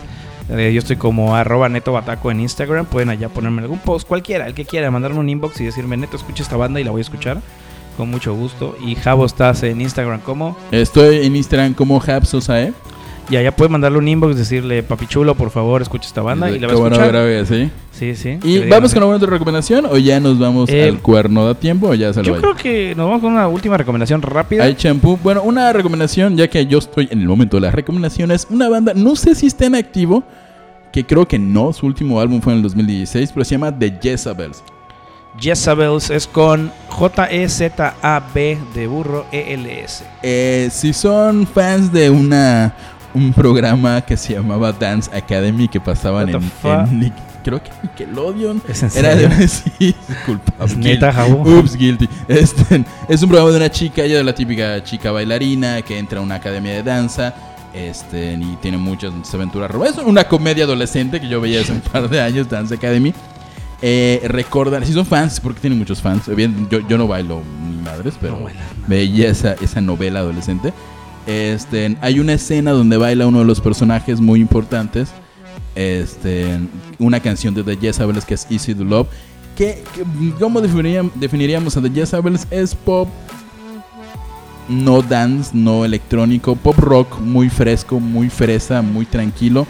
Eh, yo estoy como arroba neto bataco en Instagram. Pueden allá ponerme algún post, cualquiera, el que quiera, mandarme un inbox y decirme, neto, escucha esta banda y la voy a escuchar. Con mucho gusto. Y Javo estás en Instagram como.
Estoy en Instagram como E. Habsosae.
Y allá pueden mandarle un inbox, decirle, papi chulo, por favor, escucha esta banda. Y la voy a
Cómo no,
escuchar.
grave, sí.
sí, sí. que le
¿Y
digan,
vamos
"Sí".
con alguna otra recomendación o ya nos vamos
Eh,
al cuerno? ¿Da tiempo o ya se lo
Yo
vaya?
creo que nos vamos con una última recomendación rápida.
Hay champú. Bueno, una recomendación, ya que yo estoy en el momento de las recomendaciones. Una banda, no sé si está en activo, que creo que no. Su último álbum fue en el 2016, pero se llama The Jezebels.
Jezabels es con E J-E-Z-A-B de burro E E-L-S.
Eh, si son fans de una un programa que se llamaba Dance Academy que pasaban
What the
en,
fuck?
en Nic- creo que Nickelodeon.
¿Es en
Era
serio?
de (laughs) sí, disculpa.
Es
guilty.
neta, Jabo.
Ups, guilty. (laughs) Este, es un programa de una chica, ella es la típica chica bailarina que entra a una academia de danza. Este, y tiene muchas muchas aventuras. Es una comedia adolescente que yo veía hace un par de años, Dance Academy. Eh, recordan, si son fans, porque tienen muchos fans. Bien, yo, yo no bailo ni madres, pero
No bailas
veía esa, esa novela adolescente. Este, hay una escena donde baila uno de los personajes muy importantes. Este, una canción de The Jezabels que es Easy to Love. Que, que- ¿Cómo definiríam- definiríamos a The Jezabels? Es pop, no dance, no electrónico, pop rock, muy fresco, muy fresa, muy tranquilo.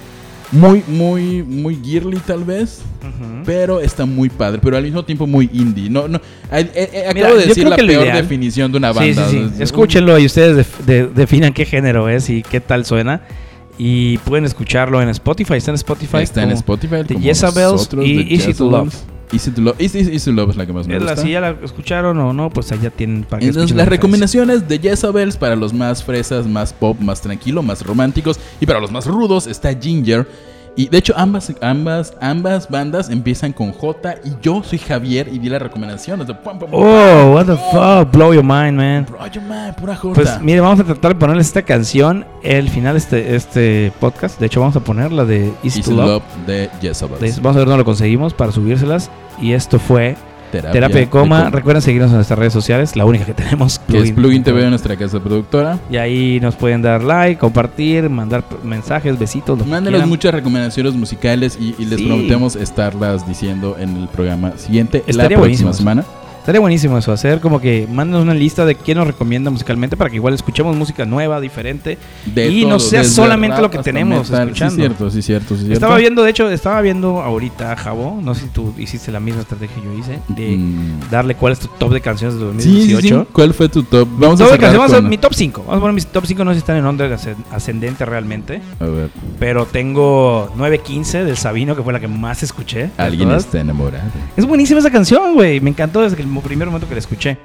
Muy, muy, muy girly tal vez. Pero está muy padre, pero al mismo tiempo muy indie. No, no, a- a- a- acabo
Mira,
de
yo
decir
creo
la
que lo
peor
ideal-
definición de una
Sí,
banda.
sí,
O
sí.
sea,
Escúchenlo y ustedes def- de- definan qué género es y qué tal suena. Y pueden escucharlo en Spotify. Está en Spotify.
Está en
como-
Spotify.
The
como
Jezabels
nosotros,
y
The
Easy to
Jezabels.
Love.
Easy to Love. Easy, Easy to Love es la que más me
Es la-
gusta.
si ya la escucharon o no, pues allá tienen para que
Entonces,
escuchen
las
la diferencia.
recomendaciones de Jezabels para los más fresas, más pop, más tranquilo, más románticos y para los más rudos está Ginger. Y de hecho, ambas, ambas, ambas bandas empiezan con J y yo soy Javier y di la recomendación. O sea, pum, pum, pum,
Oh, what the fuck, blow your mind, man.
Bro, yo, man, pura J.
Pues mire, vamos a tratar de ponerles esta canción el final de este, este podcast. De hecho, vamos a poner la de East,
Is
to
in
Love.
Love de Jezebel.
Entonces, Vamos a ver dónde lo conseguimos para subírselas. Y esto fue
Ah,
Terapia de Coma. Recuerden seguirnos en nuestras redes sociales, la única que tenemos,
Que es Plugin TV de nuestra casa productora.
Y ahí nos pueden dar like, compartir, mandar p- mensajes, besitos. lo que
Mándenos
quieran.
muchas recomendaciones musicales y, y les
Sí.
prometemos estarlas diciendo en el programa siguiente,
Estaría
la próxima
buenísimo.
semana.
Estaría buenísimo eso, hacer como que mándenos una lista de quién nos recomienda musicalmente para que igual escuchemos música nueva, diferente.
De
Y no sea
desde
solamente
rap
lo que
hasta
tenemos
metal.
escuchando.
Sí, cierto, sí, cierto, sí, cierto.
Estaba viendo, de hecho, estaba viendo ahorita, Jabo, no sé si tú hiciste la misma estrategia que yo hice, de
Mm.
darle cuál es tu top de canciones de
Sí, sí,
2018.
sí. ¿Cuál fue tu top? Vamos a
Top de
cerrar
canciones, vamos a-
con-
mi top 5. Vamos a poner mis top 5, no sé si están en onda asc- ascendente realmente.
A ver,
Pero tengo 915 del Sabino, que fue la que más escuché. de
alguien este.
todas.
está enamorado.
Es buenísima esa canción, güey. Me encantó desde el mo- primer momento que la escuché.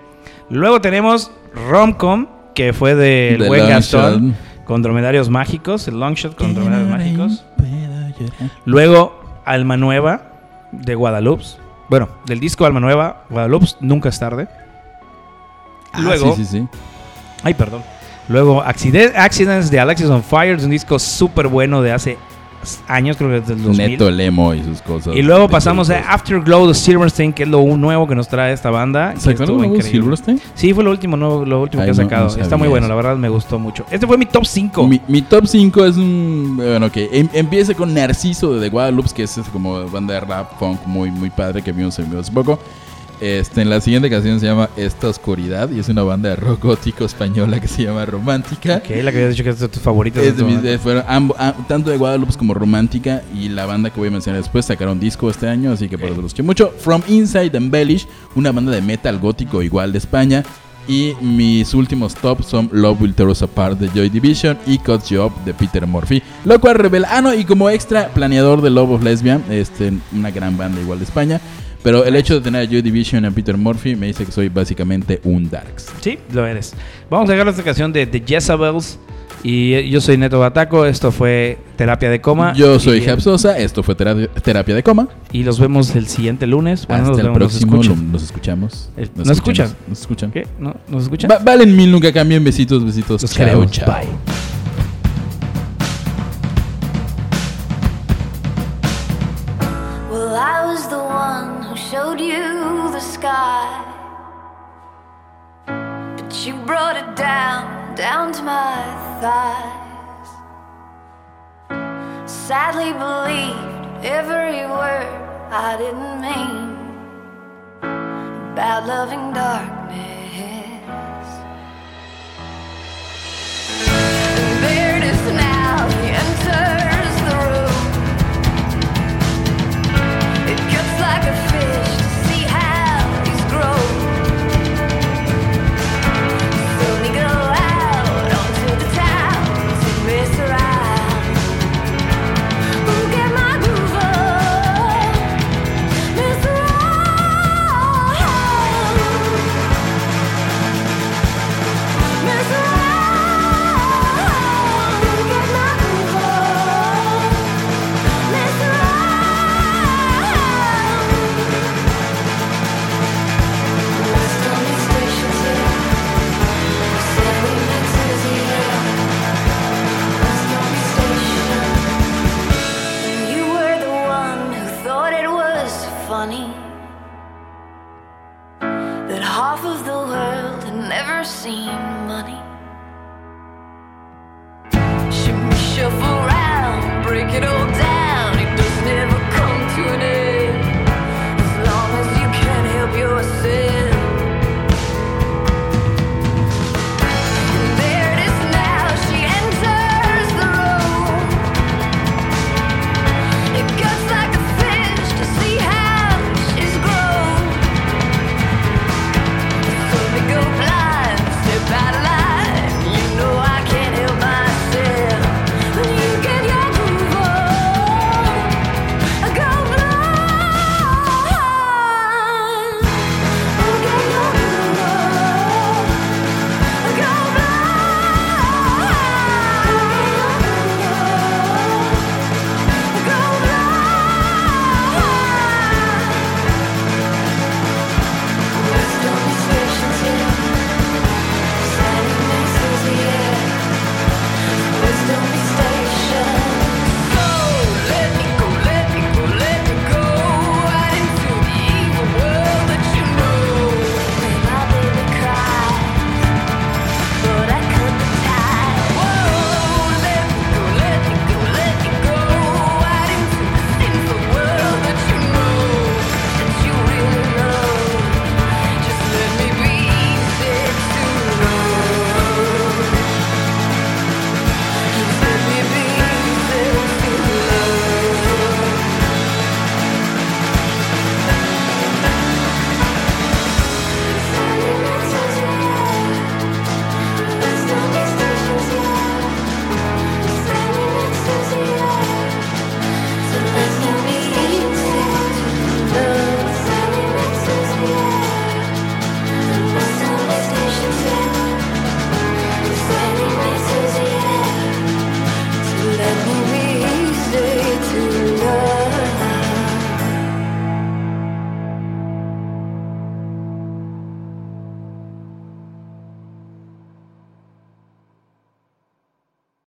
Luego tenemos Romcom, que fue del
The
buen
Long
Gastón.
Shot.
Con Dromedarios Mágicos, el long shot con Dromedarios Mágicos. Luego Alma Nueva de Guadalupe. Bueno, del disco Alma Nueva, Guadalupe, Nunca es tarde.
Ah,
Luego,
sí, sí, sí.
Ay, perdón. Luego, Accide- Accidents de Alexis on Fire, es un disco súper bueno de hace s- años, creo que desde el 2000.
Neto Lemo y sus cosas.
Y luego
De
pasamos
Silverstein.
a Afterglow de Silverstein, que es lo un- nuevo que nos trae esta banda. que
¿Sacaron
Ah, estuvo
algo de
increíble.
Silverstein?
Sí, fue lo último, nuevo, lo último
Ay,
que ha
no- no
sacado. Está
sabía
muy bueno,
eso.
la verdad me gustó mucho. Este fue mi top 5.
Mi, mi top 5 es un. Bueno, que em- empiece con Narciso de The Guadalupe, que es, como banda de rap funk muy, muy padre que vimos en vivo hace poco. Este, en la siguiente canción se llama Esta Oscuridad y es una banda de rock gótico española que se llama Romántica.
Ok, la que habías dicho que es de tus este favoritos.
Es de mis- eh, de- fueron ambo- a- ah, tanto de Guadalupe como Romántica y la banda que voy a mencionar después sacaron disco este año, así que por eso los quiero mucho. From Inside and Bellish, una banda de metal gótico igual de España. Y mis últimos tops son Love Will Tear Us Apart de Joy Division y Cut You Up de Peter Murphy. Lo cual revela, ah no, y como extra, planeador de Love of Lesbian, este, una gran banda igual de España. Pero el hecho de tener a Joy Division y a Peter Murphy me dice que soy básicamente un Darks.
Sí, lo eres. Vamos a dejar esta canción de The Jezebels. Y eh, yo soy Neto Bataco. Esto fue Terapia de Coma.
Yo
Y-
soy
eh,
Jab Sosa, esto fue Terapia- terapia de Coma.
Y los vemos el siguente lunes. Bueno, nos
Hasta el
vemos, nos
próximo.
escuchan.
lo- Nos escuchamos.
El- ¿nos escuchan?
escuchamos, Nos escuchan.
¿Qué? ¿No? ¿Nos escuchan?
Va- valen mil, nunca cambien. Besitos, besitos.
Los
chao,
queremos.
chao.
Bye.
Well, I was the one who showed you the sky. But you brought it down, down to my thighs. Sadly believed every word I didn't mean about loving dark